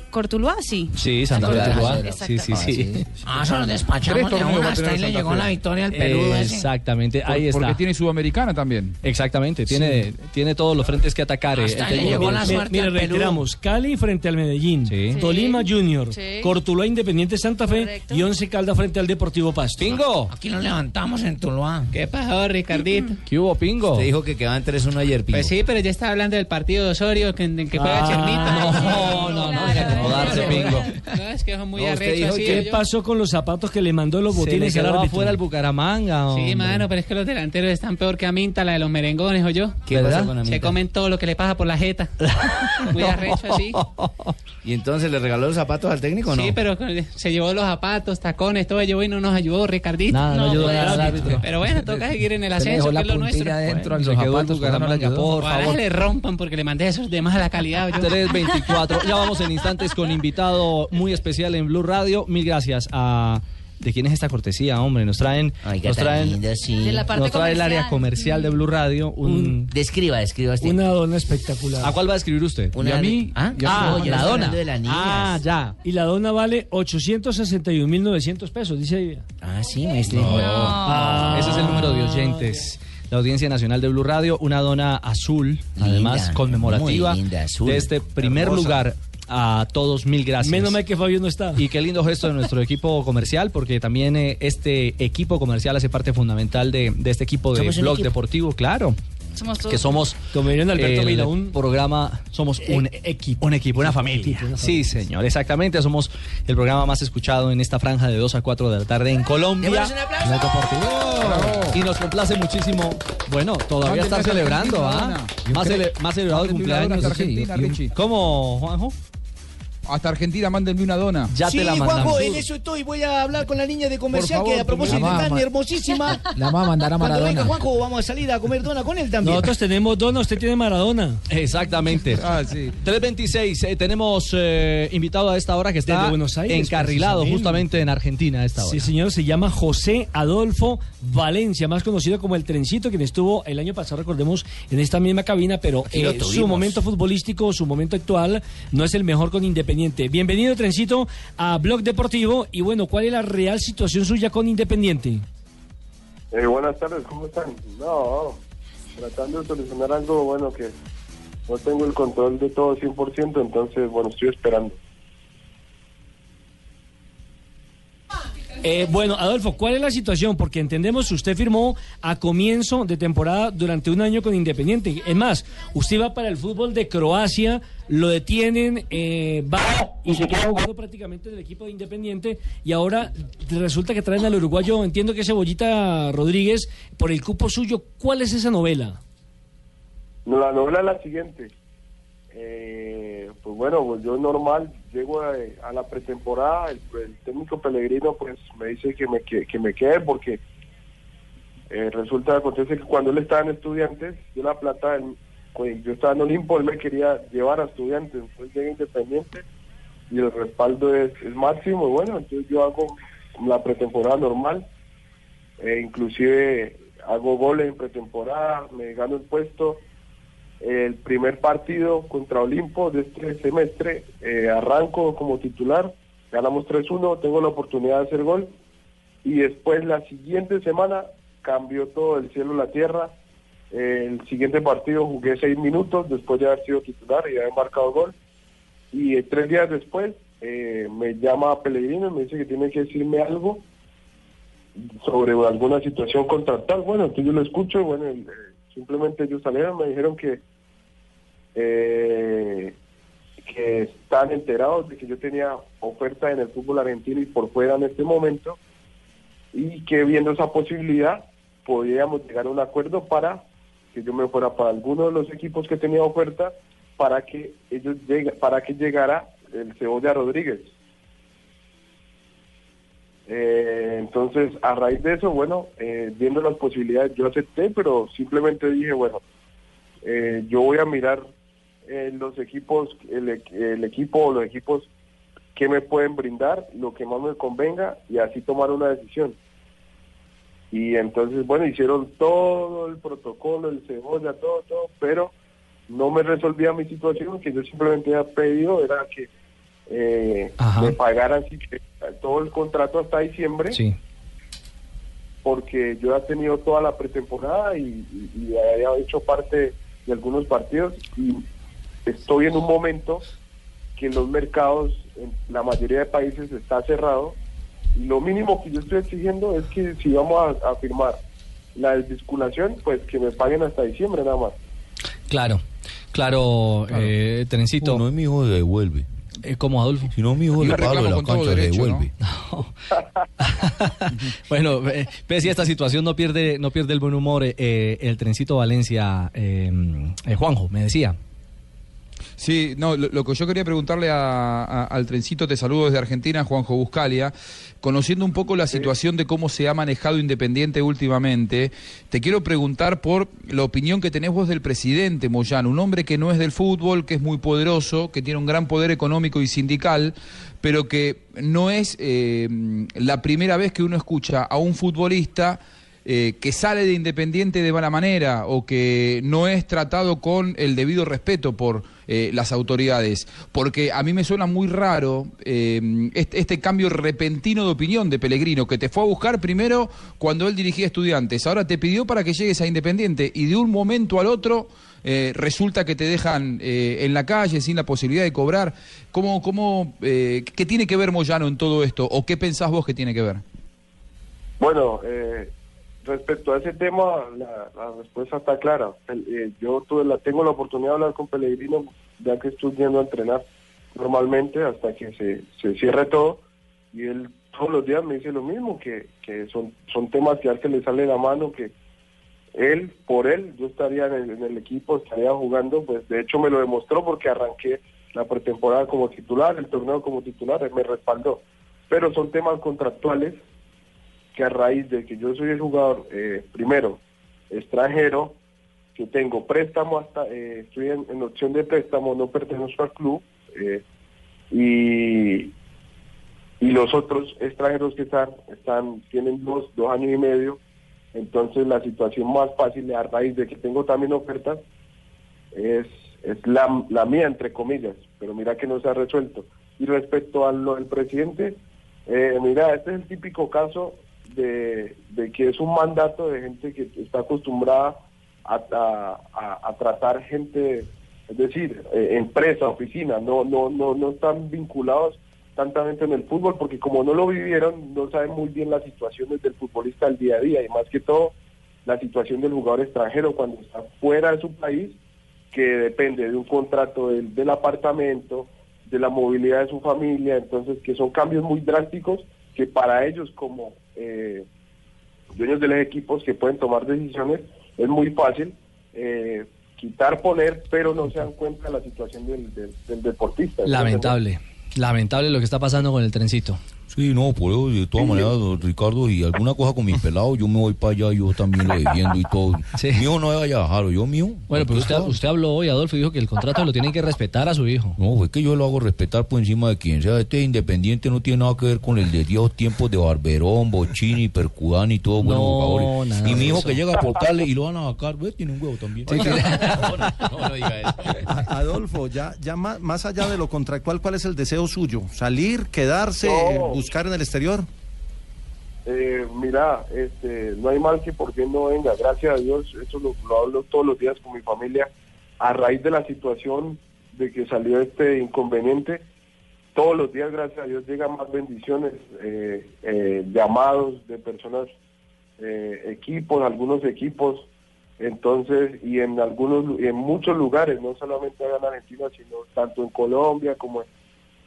Speaker 24: Cortuluá, sí.
Speaker 6: Sí, Santa Fe
Speaker 24: Cortuluá,
Speaker 6: Tuluá.
Speaker 24: exacto.
Speaker 6: Sí, sí, sí.
Speaker 24: Ah, se lo despachamos
Speaker 18: Tres
Speaker 24: de
Speaker 18: torneos
Speaker 24: una
Speaker 18: va a tener
Speaker 24: hasta ahí le
Speaker 18: Santa
Speaker 24: llegó
Speaker 18: Fe.
Speaker 24: la victoria al
Speaker 6: Eh, Exactamente,
Speaker 18: Por-
Speaker 6: ahí está.
Speaker 18: Porque tiene Sudamericana también.
Speaker 6: Exactamente, tiene, tiene todos los frentes que atacar. eh, el técnico Pino.
Speaker 10: Mire, mire, reiteramos, Cali frente al Medellín, Tolima Junior,
Speaker 24: Sí.
Speaker 10: Cortuluá Independiente Santa Fe y Once Caldas frente al Deportivo Pasto.
Speaker 6: Pingo.
Speaker 10: Aquí lo levantamos en Tuluá.
Speaker 3: ¿Qué pasó, Ricardito?
Speaker 6: ¿Qué hubo, Pingo?
Speaker 3: Te dijo que quedaban 3-1 ayer, Pingo.
Speaker 13: Pues sí, pero ya estaba hablando del partido de Osorio, que, en que juega
Speaker 3: Ah,
Speaker 13: Chernita.
Speaker 6: No, no, no, de acomodarse, Pingo.
Speaker 13: No, es que es muy
Speaker 6: No, usted
Speaker 13: arrecho
Speaker 6: dijo
Speaker 13: así.
Speaker 6: que-
Speaker 13: yo-
Speaker 10: pasó con los zapatos que le mandó los
Speaker 6: Se le
Speaker 10: botines al
Speaker 6: quedó
Speaker 10: árbitro?
Speaker 6: afuera el Bucaramanga.
Speaker 13: Sí,
Speaker 6: hombre.
Speaker 13: mano, pero es que los delanteros están peor que Aminta, la de los merengones, ¿o yo?
Speaker 6: ¿Qué ¿Verdad? pasó con Aminta?
Speaker 13: Se comen todo lo que le pasa por la jeta. Muy arrecho así.
Speaker 3: ¿Y entonces le regaló los zapatos al técnico o no?
Speaker 13: Sí, pero con- se llevó los zapatos, tacones, todo llevó y no nos ayudó, Ricardito.
Speaker 3: Nada, no ayudó
Speaker 13: pues,
Speaker 3: nada al árbitro.
Speaker 13: Pero bueno, toca seguir en el
Speaker 3: Se le
Speaker 13: ascenso,
Speaker 3: dejó
Speaker 13: que
Speaker 3: la
Speaker 13: es lo
Speaker 3: puntilla
Speaker 13: nuestro.
Speaker 3: adentro
Speaker 13: Bueno,
Speaker 3: al
Speaker 13: se quedó
Speaker 3: zapato,
Speaker 13: el Bucaramanga,
Speaker 6: ayudó.
Speaker 13: por
Speaker 6: Ojalá
Speaker 13: favor.
Speaker 6: se
Speaker 13: le
Speaker 6: le
Speaker 13: rompan porque le mandé esos de mala calidad.
Speaker 6: 324. Ya vamos en instantes con invitado muy especial en Blue Radio. Mil gracias a. ¿De quién es esta cortesía, hombre? Nos traen. nos traen
Speaker 10: De la parte
Speaker 6: nos trae el área comercial de Blue Radio. Un,
Speaker 3: describa, describa
Speaker 10: Una dona espectacular.
Speaker 6: ¿A cuál va a escribir usted?
Speaker 10: Una de- ¿Y
Speaker 6: ¿Ah?
Speaker 10: a mí?
Speaker 6: Ah,
Speaker 10: No, yo
Speaker 6: la
Speaker 10: estoy
Speaker 6: dona.
Speaker 10: hablando de
Speaker 3: las
Speaker 10: niñas.
Speaker 6: Ah, ya.
Speaker 10: Y la dona vale 861.900 pesos, dice ahí.
Speaker 3: Ah, sí, maestro.
Speaker 10: Ah.
Speaker 6: Ese es el número de oyentes. La Audiencia Nacional de Blue Radio, una dona azul, además conmemorativa
Speaker 3: muy linda, azul.
Speaker 6: de este primer
Speaker 3: Hermosa.
Speaker 6: lugar. A todos, mil gracias.
Speaker 10: Menos mal que Fabio no está.
Speaker 6: Y qué lindo gesto de nuestro equipo comercial, porque también eh, este equipo comercial hace parte fundamental de, de este equipo de
Speaker 24: Somos un
Speaker 6: blog
Speaker 24: equipo.
Speaker 6: deportivo, claro.
Speaker 24: Somos todos.
Speaker 6: Que somos,
Speaker 10: como dirían Alberto
Speaker 6: el
Speaker 10: Vila,
Speaker 6: programa, somos un equipo, un equipo, una familia. Sí, señor, exactamente. Somos el programa más escuchado en esta franja de 2 a 4 de la tarde en Colombia.
Speaker 3: Démosles un
Speaker 6: Y nos complace muchísimo. Bueno, todavía
Speaker 18: ¿Dónde
Speaker 6: están
Speaker 18: está Argentina,
Speaker 6: celebrando, ¿ah?
Speaker 18: Dona? Yo
Speaker 6: Más,
Speaker 18: creo-
Speaker 6: cele- más celebrado el
Speaker 18: Mándenme una dona
Speaker 6: cumpleaños.
Speaker 18: Hasta Argentina,
Speaker 6: Sí, y-
Speaker 18: Richie.
Speaker 6: ¿Cómo, Juanjo?
Speaker 18: Hasta Argentina, mándenme una dona.
Speaker 6: Ya
Speaker 14: Sí, Juanjo, en eso estoy. Voy a hablar con la niña de comercial
Speaker 18: Por favor,
Speaker 14: que a propósito
Speaker 18: la
Speaker 14: es tan
Speaker 18: vamos a-
Speaker 14: hermosísima.
Speaker 9: La vamos a mandar a
Speaker 14: Cuando venga
Speaker 9: Maradona.
Speaker 14: Juanjo, vamos a salir a comer dona con él también.
Speaker 10: Nosotros tenemos dona, usted tiene Maradona.
Speaker 6: Exactamente. 326, eh, tenemos eh, invitado a esta hora que está
Speaker 10: Desde Buenos Aires,
Speaker 6: encarrilado
Speaker 10: precisamente.
Speaker 6: justamente en Argentina a esta hora.
Speaker 10: Sí, señor, se llama José Adolfo Valencia, más conocido como el Trencito, quien estuvo el año pasado, recordemos, en esta misma cabina, pero
Speaker 6: Aquí lo
Speaker 10: eh, su
Speaker 6: tuvimos.
Speaker 10: momento futbolístico, su momento actual, no es el mejor con Independiente. Bienvenido, Trencito, a Blog Deportivo. Y bueno, ¿cuál es la real situación suya con Independiente?
Speaker 16: Eh, buenas tardes, ¿cómo están? No, tratando de solucionar algo, bueno, que no tengo el control de todo 100%, entonces, bueno, estoy esperando.
Speaker 10: Eh, bueno, Adolfo, ¿cuál es la situación? Porque entendemos que usted firmó a comienzo de temporada durante un año con Independiente. Es más, usted va para el fútbol de Croacia, lo detienen, eh, va y se queda jugando prácticamente del equipo de Independiente. Y ahora resulta que traen al uruguayo, entiendo que es Cebollita Rodríguez, por el cupo suyo. ¿Cuál es esa novela?
Speaker 16: La novela es la siguiente. Eh, pues bueno, pues yo normal, llego a, a la pretemporada, el, el técnico Pellegrino pues me dice que me, que, que me quede porque eh, resulta, acontece que cuando él estaba en estudiantes, yo la plata, él- pues, yo estaba en Olimpo, él me quería llevar a estudiantes, entonces llega Independiente y el respaldo es, es máximo, y bueno, entonces yo hago la pretemporada normal, eh, inclusive hago goles en pretemporada, me gano el puesto el primer partido contra Olimpo de este semestre, eh, arranco como titular, ganamos 3-1, tengo la oportunidad de hacer gol y después la siguiente semana cambió todo el cielo y la tierra, el siguiente partido jugué seis minutos después de haber sido titular y de haber marcado gol y eh, tres días después eh, me llama Pellegrino y me dice que tiene que decirme algo sobre alguna situación contractual, bueno, entonces yo lo escucho, y bueno, el- eh, simplemente ellos salieron, me dijeron que eh, que están enterados de que yo tenía oferta en el fútbol argentino y por fuera en este momento y que viendo esa posibilidad podíamos llegar a un acuerdo para que yo me fuera para alguno de los equipos que tenía oferta para que ellos llegue, para que llegara el Cebolla Rodríguez. Eh, entonces, a raíz de eso, bueno, eh, viendo las posibilidades, yo acepté, pero simplemente dije, bueno, eh, yo voy a mirar eh, los equipos, el, e- el equipo o los equipos que me pueden brindar, lo que más me convenga y así tomar una decisión. Y entonces, bueno, hicieron todo el protocolo, el cebolla, todo, todo, pero no me resolvía mi situación, que yo simplemente había pedido era que eh, me pagaran sí, que, Eh, todo el contrato hasta diciembre, porque yo he tenido toda la pretemporada y, y- y había hecho parte de algunos partidos y estoy en un momento que los mercados en la mayoría de países está cerrado y lo mínimo que yo estoy exigiendo es que si vamos a, a firmar la desvinculación, pues que me paguen hasta diciembre nada más.
Speaker 6: Claro, claro, eh, Trencito. no es mi hijo, devuelve. ¿Cómo, Adolfo? Si no es mi hijo,
Speaker 22: le pago reclamo la con todo cancha, derecho, devuelve.
Speaker 6: bueno, eh, pese a esta situación, no pierde, no pierde el buen humor eh, eh, el Trencito Valencia. eh, eh, Juanjo, me decía.
Speaker 18: Sí, no, lo, lo que yo quería preguntarle a- a- al trencito, te saludo desde Argentina, Juanjo Buscalia, conociendo un poco la situación de cómo se ha manejado Independiente últimamente, te quiero preguntar por la opinión que tenés vos del presidente Moyano, un hombre que no es del fútbol, que es muy poderoso, que tiene un gran poder económico y sindical, pero que no es eh, la primera vez que uno escucha a un futbolista eh, que sale de Independiente de mala manera o que no es tratado con el debido respeto por eh, las autoridades. Porque a mí me suena muy raro eh, este, este cambio repentino de opinión de Pellegrino, que te fue a buscar primero cuando él dirigía estudiantes, ahora te pidió para que llegues a Independiente y de un momento al otro... eh, resulta que te dejan eh, en la calle sin la posibilidad de cobrar. ¿Cómo, cómo, eh, ¿Qué tiene que ver Moyano en todo esto? ¿O qué pensás vos que tiene que ver?
Speaker 16: Bueno, eh, respecto a ese tema, la, la respuesta está clara. El- eh, yo tuve la, tengo la oportunidad de hablar con Pellegrino, ya que estoy yendo a entrenar normalmente hasta que se, se cierre todo. Y él todos los días me dice lo mismo, que, que son, son temas que a él se le sale de la mano, que él, por él, yo estaría en el, en el equipo, estaría jugando. Pues de hecho me lo demostró porque arranqué la pretemporada como titular, el torneo como titular, él me respaldó. Pero son temas contractuales que a raíz de que yo soy el jugador, eh, primero, extranjero, que tengo préstamo, hasta eh, estoy en, en opción de préstamo, no pertenezco al club, eh, y, y los otros extranjeros que están, están tienen dos, dos años y medio, entonces la situación más fácil a raíz de que tengo también ofertas es, es la, la mía, entre comillas, pero mira que no se ha resuelto. Y respecto a lo del presidente, eh, mira, este es el típico caso de, de que es un mandato de gente que está acostumbrada a, a- a- a tratar gente, es decir, eh, empresa, oficina, no, no, no, no están vinculados tantamente en el fútbol, porque como no lo vivieron, no saben muy bien las situaciones del futbolista al día a día y más que todo la situación del jugador extranjero cuando está fuera de su país, que depende de un contrato del, del apartamento, de la movilidad de su familia, entonces que son cambios muy drásticos que para ellos como eh, dueños de los equipos que pueden tomar decisiones es muy fácil eh, quitar, poner, pero no se dan cuenta de la situación del, del, del deportista.
Speaker 6: Lamentable, lamentable lo que está pasando con el trencito.
Speaker 22: Sí, no, por eso, de todas maneras, don Ricardo, y alguna cosa con mis pelados, yo me voy para allá, yo también lo defiendo y todo. Mío no es allá, Jaro, yo mío.
Speaker 6: Bueno, pero usted, usted habló hoy, Adolfo, y dijo que el contrato lo tienen que respetar a su hijo.
Speaker 22: No, es que yo lo hago respetar por encima de quien sea. Este independiente no tiene nada que ver con el de viejos tiempos de Barberón, Bochini, Percudán y todos buenos
Speaker 6: No,
Speaker 22: jugadores.
Speaker 6: nada
Speaker 22: y
Speaker 6: de
Speaker 22: mi hijo
Speaker 6: eso.
Speaker 22: que llega a aportarle y lo van a sacar, ve, tiene un huevo también.
Speaker 8: A- Adolfo, ya, ya ma- más, allá de lo contractual, ¿cuál es el deseo suyo? ¿Salir, quedarse,
Speaker 16: No.
Speaker 8: eh, buscar en el exterior?
Speaker 16: Eh, mira, este, no hay mal que por bien no venga, gracias a Dios, eso lo, lo hablo todos los días con mi familia. A raíz de la situación de que salió este inconveniente, todos los días, gracias a Dios, llegan más bendiciones, eh, eh, llamados de personas, eh, equipos, algunos equipos, entonces, y en algunos, lu- y en muchos lugares, no solamente acá en Argentina, sino tanto en Colombia como en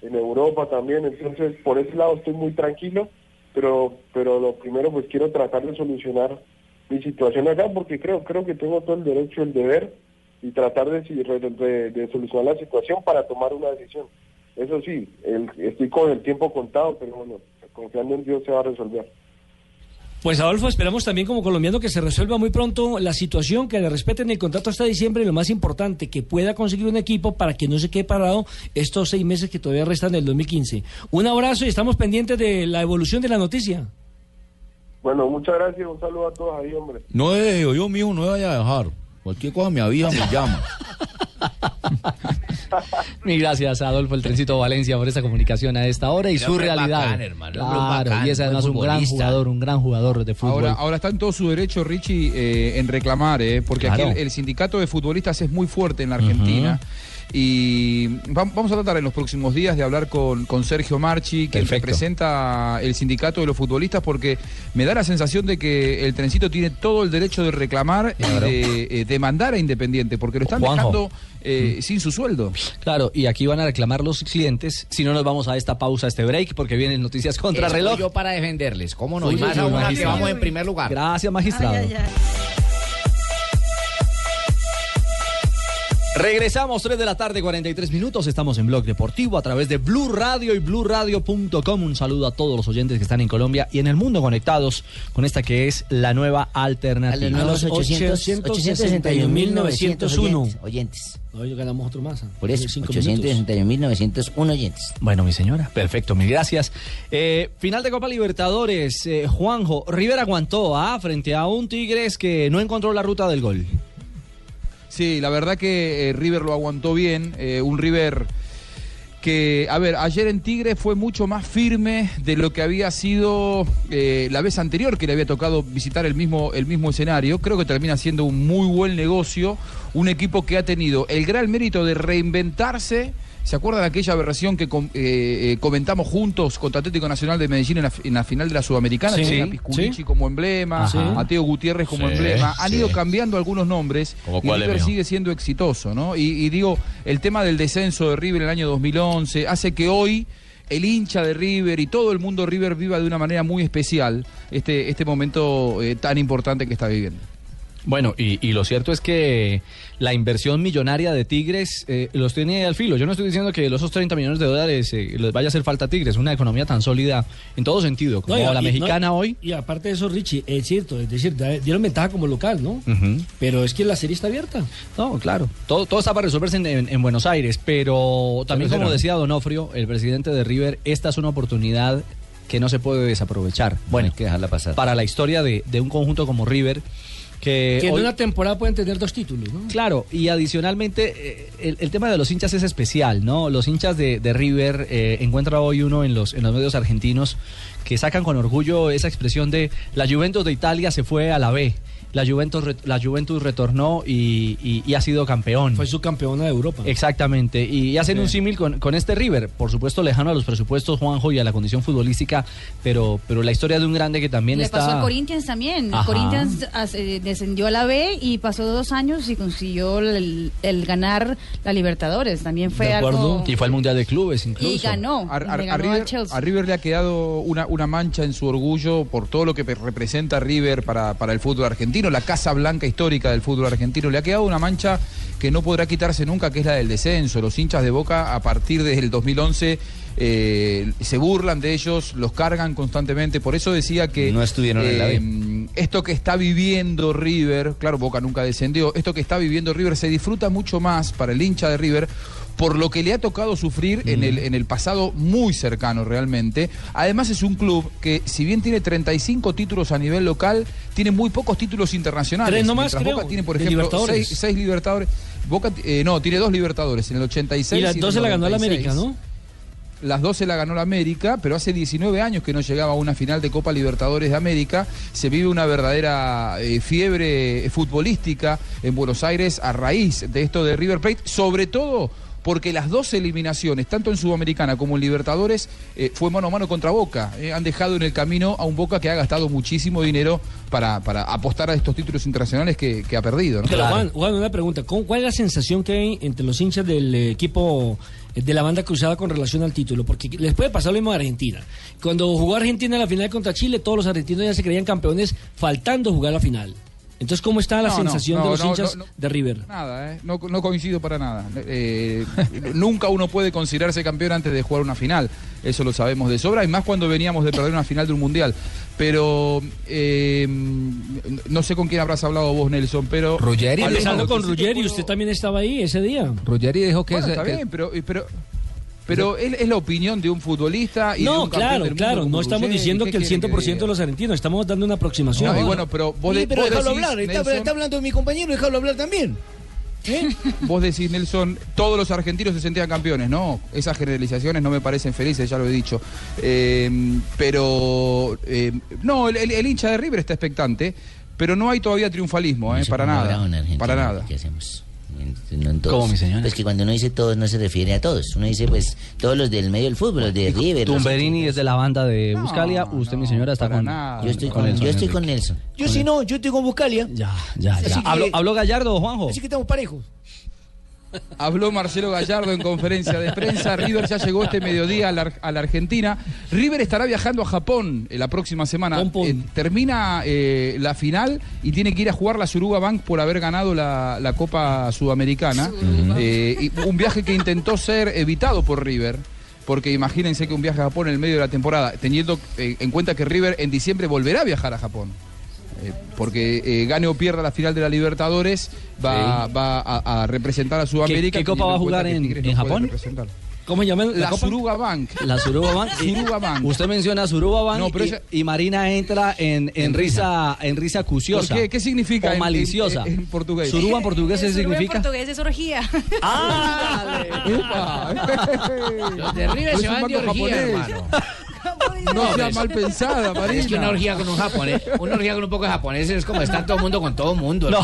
Speaker 16: en Europa también, entonces por ese lado estoy muy tranquilo, pero pero lo primero pues quiero tratar de solucionar mi situación acá porque creo creo que tengo todo el derecho y el deber y tratar de, si- de, de solucionar la situación para tomar una decisión. Eso sí, el- estoy con el tiempo contado, pero bueno, confiando en Dios se va a resolver.
Speaker 10: Pues Adolfo, esperamos también como colombiano que se resuelva muy pronto la situación, que le respeten el contrato hasta diciembre y lo más importante, que pueda conseguir un equipo para que no se quede parado estos seis meses que todavía restan del 2015. Un abrazo y estamos pendientes de la evolución de la noticia.
Speaker 16: Bueno, muchas gracias, un saludo a todos ahí, hombre.
Speaker 22: No es, yo mío no vaya a dejar. Cualquier cosa me avisa, me llama.
Speaker 6: Mil gracias, Adolfo, el trencito Valencia, por esa comunicación a esta hora y
Speaker 18: El
Speaker 6: su
Speaker 18: hombre es
Speaker 6: realidad.
Speaker 18: bacán, hermano, el hombre es
Speaker 6: claro,
Speaker 18: bacán,
Speaker 6: y es
Speaker 18: buen
Speaker 6: además un gran
Speaker 18: futbolista.
Speaker 6: jugador, un gran jugador de fútbol.
Speaker 18: Ahora, ahora está en todo su derecho, Richie, eh, en reclamar, ¿eh? porque
Speaker 6: Claro.
Speaker 18: aquí el, el sindicato de futbolistas es muy fuerte en la Argentina. Y vam- vamos a tratar en los próximos días de hablar con, con Sergio Marchi, quien
Speaker 26: Perfecto.
Speaker 18: representa el sindicato de los futbolistas, porque me da la sensación de que el trencito tiene todo el derecho de reclamar y de eh, demandar a Independiente, porque lo están
Speaker 6: Juanjo. Mm.
Speaker 18: dejando eh, sin su sueldo.
Speaker 6: Claro, y aquí van a reclamar los clientes. Si no, nos vamos a esta pausa, a este break, porque vienen noticias contra
Speaker 3: Estoy
Speaker 6: reloj.
Speaker 3: yo para defenderles, cómo no, y
Speaker 6: Uy,
Speaker 3: más
Speaker 6: uy,
Speaker 3: aún a que
Speaker 6: magistrado.
Speaker 3: vamos en primer lugar.
Speaker 6: Gracias, magistrado. Regresamos 3 de la tarde, 43 minutos. Estamos en Blog Deportivo a través de Blue Radio y BluRadio.com. Un saludo a todos los oyentes que están en Colombia y en el mundo conectados con esta que es la nueva alternativa.
Speaker 10: A los 800, 861.901.
Speaker 3: oyentes.
Speaker 10: Hoy ganamos otro más. ¿ah?
Speaker 6: Por eso,
Speaker 10: Cinco
Speaker 6: 861.901 oyentes. Bueno, mi señora, perfecto, mil gracias. Eh, final de Copa Libertadores, eh, Juanjo, River aguantó ¿ah? frente a un Tigres que no encontró la ruta del gol.
Speaker 18: Sí, la verdad que eh, River lo aguantó bien. eh, un River que, a ver, ayer en Tigre fue mucho más firme de lo que había sido eh, la vez anterior que le había tocado visitar el mismo, el mismo escenario. Creo que termina siendo un muy buen negocio. Un equipo que ha tenido el gran mérito de reinventarse. ¿Se acuerdan aquella aberración que com- eh, eh, comentamos juntos contra Atlético Nacional de Medellín en la, fi- en la final de la Sudamericana?
Speaker 26: Sí,
Speaker 18: Tenía a
Speaker 26: sí.
Speaker 18: Pisculici como emblema,
Speaker 26: Ajá.
Speaker 18: a Teo Gutiérrez como
Speaker 26: Sí,
Speaker 18: emblema. Han
Speaker 26: sí.
Speaker 18: ido cambiando algunos nombres.
Speaker 26: ¿Como
Speaker 18: y
Speaker 26: cuál,
Speaker 18: River
Speaker 26: mijo?
Speaker 18: sigue siendo exitoso, ¿no? Y, y digo, el tema del descenso de River en el año 2011 hace que hoy el hincha de River y todo el mundo River viva de una manera muy especial este, este momento eh, tan importante que está viviendo.
Speaker 6: Bueno, y, y lo cierto es que la inversión millonaria de Tigres eh, los tiene al filo. Yo no estoy diciendo que los esos 30 millones de dólares eh, les vaya a hacer falta a Tigres, una economía tan sólida en todo sentido, como
Speaker 10: No, y-
Speaker 6: la
Speaker 10: y- no,
Speaker 6: mexicana hoy.
Speaker 10: Y aparte de eso, Richie, es cierto, es decir, da- dieron ventaja como local, ¿no?
Speaker 6: Ujú.
Speaker 10: Pero es que la serie está abierta.
Speaker 6: No, claro. Todo, todo está para resolverse en, en- en Buenos Aires, pero también
Speaker 10: Pero
Speaker 6: como
Speaker 10: será.
Speaker 6: decía Donofrio, el presidente de River, esta es una oportunidad que no se puede desaprovechar. Bueno,
Speaker 20: que dejarla pasar.
Speaker 6: para la historia de, de un conjunto como River, Que,
Speaker 18: Eh,
Speaker 10: Que en
Speaker 6: hoy-
Speaker 10: una temporada pueden tener dos títulos, ¿no?
Speaker 6: Claro, y adicionalmente eh, el, el tema de los hinchas es especial, ¿no? Los hinchas de, de River eh, encuentra hoy uno en los, en los medios argentinos que sacan con orgullo esa expresión de la Juventus de Italia se fue a la B, la Juventus, re- la Juventus retornó y, y- y ha sido campeón. Fue
Speaker 10: su campeona de Europa.
Speaker 6: Exactamente, y, hacen
Speaker 10: Sí.
Speaker 6: un símil con, con este River, por supuesto lejano a los presupuestos, Juanjo, y a la condición futbolística, pero, pero la historia de un grande que también
Speaker 24: Le
Speaker 6: está...
Speaker 24: pasó a Corinthians también.
Speaker 6: Ajá.
Speaker 24: Corinthians as- eh, descendió a la B y pasó dos años y consiguió el, el ganar la Libertadores. También fue algo.
Speaker 6: Y fue al Mundial de Clubes incluso.
Speaker 24: Y ganó.
Speaker 18: A, a-
Speaker 24: le
Speaker 18: a
Speaker 24: ganó al
Speaker 18: River,
Speaker 24: Chelsea.
Speaker 18: a River le ha quedado una, una mancha en su orgullo por todo lo que pe- representa River para, para el fútbol argentino, la casa blanca histórica del fútbol argentino. Le ha quedado una mancha que no podrá quitarse nunca, que es la del descenso. Los hinchas de Boca a partir del 2011 eh, se burlan de ellos, los cargan constantemente. Por eso decía que...
Speaker 20: No estuvieron en la B.
Speaker 18: Mm, esto que está viviendo River, claro, Boca nunca descendió, esto que está viviendo River se disfruta mucho más para el hincha de River por lo que le ha tocado sufrir
Speaker 10: Mm.
Speaker 18: en, el, en el pasado muy cercano realmente. Además es un club que si bien tiene 35 títulos a nivel local, tiene muy pocos títulos internacionales.
Speaker 10: Tres nomás,
Speaker 18: Mientras
Speaker 10: creo,
Speaker 18: Boca tiene, por
Speaker 10: de
Speaker 18: ejemplo,
Speaker 10: Libertadores.
Speaker 18: Seis, seis Libertadores. Boca, eh, no, tiene dos Libertadores, en el 86
Speaker 10: Y las
Speaker 18: en
Speaker 10: dos se la ganó el
Speaker 18: 96.
Speaker 10: América, ¿no?
Speaker 18: Las 12 la ganó la América, pero hace 19 años que no llegaba a una final de Copa Libertadores de América. Se vive una verdadera eh, fiebre futbolística en Buenos Aires a raíz de esto de River Plate, sobre todo porque las dos eliminaciones, tanto en Sudamericana como en Libertadores, eh, fue mano a mano contra Boca. Eh, han dejado en el camino a un Boca que ha gastado muchísimo dinero para, para apostar a estos títulos internacionales que, que ha perdido. ¿no?
Speaker 10: Pero, Juan, Juan, una pregunta. ¿Cómo- ¿Cuál es la sensación que hay entre los hinchas del eh, equipo eh, de la banda cruzada con relación al título? Porque les puede pasar lo mismo a Argentina. Cuando jugó Argentina la final contra Chile, todos los argentinos ya se creían campeones faltando jugar la final. Entonces, ¿cómo está la
Speaker 18: No, no,
Speaker 10: sensación de
Speaker 18: no,
Speaker 10: los
Speaker 18: no,
Speaker 10: hinchas
Speaker 18: no, no.
Speaker 10: de River?
Speaker 18: Nada, ¿eh? no, no coincido para nada. Eh, nunca uno puede considerarse campeón antes de jugar una final. Eso lo sabemos de sobra, y más cuando veníamos de perder una final de un mundial. Pero eh, no sé con quién habrás hablado vos, Nelson, pero.
Speaker 9: Ruggeri,
Speaker 18: A lo-
Speaker 10: Empezando
Speaker 18: a lo
Speaker 10: con
Speaker 18: que sí te
Speaker 10: Ruggeri,
Speaker 18: puedo-
Speaker 10: usted también estaba ahí ese día.
Speaker 9: Ruggeri dijo
Speaker 18: Bueno, está bien, pero. pero pero es, es la opinión de un futbolista y de
Speaker 10: No,
Speaker 18: un campeón
Speaker 10: claro,
Speaker 18: del mundo
Speaker 10: claro,
Speaker 18: como
Speaker 10: no estamos
Speaker 18: Ruggeri,
Speaker 10: diciendo
Speaker 18: ¿qué
Speaker 10: que el
Speaker 18: quieren
Speaker 10: 100% de los argentinos, estamos dando una aproximación.
Speaker 18: No, y bueno, pero vos
Speaker 10: Sí,
Speaker 18: de-
Speaker 10: pero
Speaker 18: vos
Speaker 10: déjalo
Speaker 18: decís,
Speaker 10: hablar, está-
Speaker 18: Nelson,
Speaker 10: está
Speaker 3: hablando de mi compañero, déjalo hablar también.
Speaker 6: ¿eh?
Speaker 18: Vos decís, Nelson, todos los argentinos se sentían campeones. No, esas generalizaciones no me parecen felices, ya lo he dicho. Eh, pero, eh, no, el, el- el hincha de River está expectante, pero no hay todavía triunfalismo, eh, para, nada, para nada.
Speaker 19: ¿Qué hacemos? No en todos.
Speaker 18: ¿Cómo, mi
Speaker 19: señora? Pues que cuando uno dice todos, no se refiere a todos. Uno dice, pues, todos los del medio del fútbol, los de River. los-
Speaker 6: Tumberini es de la banda de Buscalia. Usted, mi señora, está con,
Speaker 19: Yo estoy con, yo estoy con Nelson.
Speaker 3: Yo si no, yo estoy con Buscalia.
Speaker 6: Ya, ya, ya.
Speaker 19: Así que-
Speaker 6: ¿Habló, habló Gallardo o Juanjo?
Speaker 3: Así que estamos parejos.
Speaker 18: Habló Marcelo Gallardo en conferencia de prensa. River ya llegó este mediodía a la, a la Argentina. River estará viajando a Japón eh, la próxima semana. Eh, termina eh, la final y tiene que ir a jugar la Suruga Bank por haber ganado la, la Copa Sudamericana. Eh, y un viaje que intentó ser evitado por River porque imagínense que un viaje a Japón en el medio de la temporada, teniendo eh, en cuenta que River en diciembre volverá a viajar a Japón. eh, porque eh, gane o pierda la final de la Libertadores, va, va a, a representar a Sudamérica.
Speaker 6: ¿Qué- qué copa
Speaker 18: teniendo
Speaker 6: va a
Speaker 18: en
Speaker 6: jugar
Speaker 18: cuenta que
Speaker 6: en-
Speaker 18: Tigres
Speaker 6: en
Speaker 18: no puede
Speaker 6: Japón?
Speaker 18: representar.
Speaker 10: ¿Cómo llaman
Speaker 6: la
Speaker 18: La
Speaker 6: copa?
Speaker 18: Suruga Bank.
Speaker 6: La Suruga Bank.
Speaker 18: Suruga Bank.
Speaker 6: Usted menciona Suruga Bank
Speaker 18: No, pero
Speaker 6: y,
Speaker 18: esa-
Speaker 6: y Marina entra en, en, risa, en risa acuciosa.
Speaker 18: ¿Por qué? ¿Qué significa
Speaker 6: O
Speaker 18: en- en-
Speaker 6: maliciosa.
Speaker 18: en portugués?
Speaker 6: Suruga en portugués ¿qué
Speaker 24: El Rubén
Speaker 6: significa.
Speaker 24: portugués es orgía.
Speaker 6: Ah.
Speaker 3: Los de River
Speaker 18: Es
Speaker 3: se
Speaker 18: un
Speaker 3: van de
Speaker 18: banco
Speaker 3: orgía,
Speaker 18: japonés.
Speaker 3: hermano.
Speaker 18: No sea
Speaker 3: es-
Speaker 18: mal pensada, Marina.
Speaker 3: Es que una orgía con un japonés, una orgía con un poco de japoneses es como estar todo el mundo con todo el mundo.
Speaker 6: No,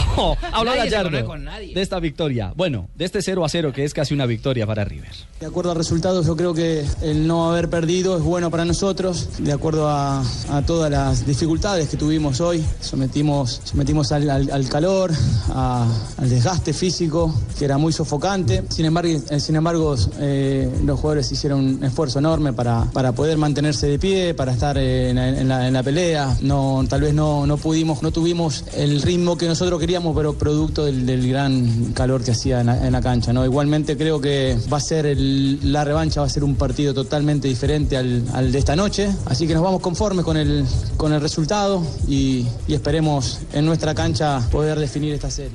Speaker 6: habló
Speaker 3: habla
Speaker 6: Gallardo de esta victoria. Bueno, de este 0 a 0 que es casi una victoria para River.
Speaker 26: De acuerdo a resultados, yo creo que el no haber perdido es bueno para nosotros. De acuerdo a, a todas las dificultades que tuvimos hoy, sometimos, sometimos al, al- al calor, a- al desgaste físico, que era muy sofocante. Sin embargo, eh, sin embargo eh, los jugadores hicieron un esfuerzo enorme para, para poder mantenerse de pie, para estar eh, en, la- en la, en la pelea. No, tal vez no, no pudimos, no tuvimos el ritmo que nosotros queríamos, pero producto del, del gran calor que hacía en la, en la cancha. ¿no? Igualmente creo que va a ser el- la revancha, va a ser un partido totalmente diferente al, al de esta noche. Así que nos vamos conformes con el, con el resultado y, y esperemos en nuestra cancha poder definir esta serie.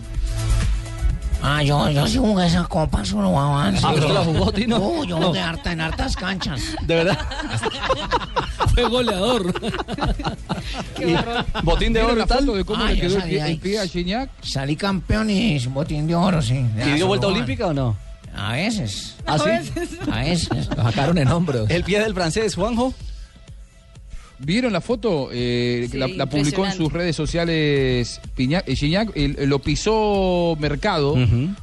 Speaker 14: Ah, yo, yo sí jugué esas copas, solo avance.
Speaker 6: Ah, ¿usted la jugó, Tino?
Speaker 14: No, yo
Speaker 6: No.
Speaker 14: jugué harta, en hartas canchas.
Speaker 6: De verdad.
Speaker 10: Fue goleador.
Speaker 18: Botín de oro, la foto de cómo
Speaker 14: Ay,
Speaker 18: le
Speaker 14: yo
Speaker 18: quedó el,
Speaker 14: salí
Speaker 18: pie-
Speaker 14: ahí.
Speaker 18: el pie a Gignac.
Speaker 14: Salí campeón y botín de oro, sí.
Speaker 6: ¿Y dio vuelta olímpica o no?
Speaker 14: A veces.
Speaker 6: ¿Ah, sí?
Speaker 14: A veces.
Speaker 9: Lo sacaron en hombros.
Speaker 6: El pie del francés, Juanjo.
Speaker 18: ¿Vieron la foto? Eh,
Speaker 6: Sí,
Speaker 18: la, la publicó en
Speaker 6: impresionante.
Speaker 18: sus redes sociales Piña- eh, Gignac. El- el- lo pisó Mercado.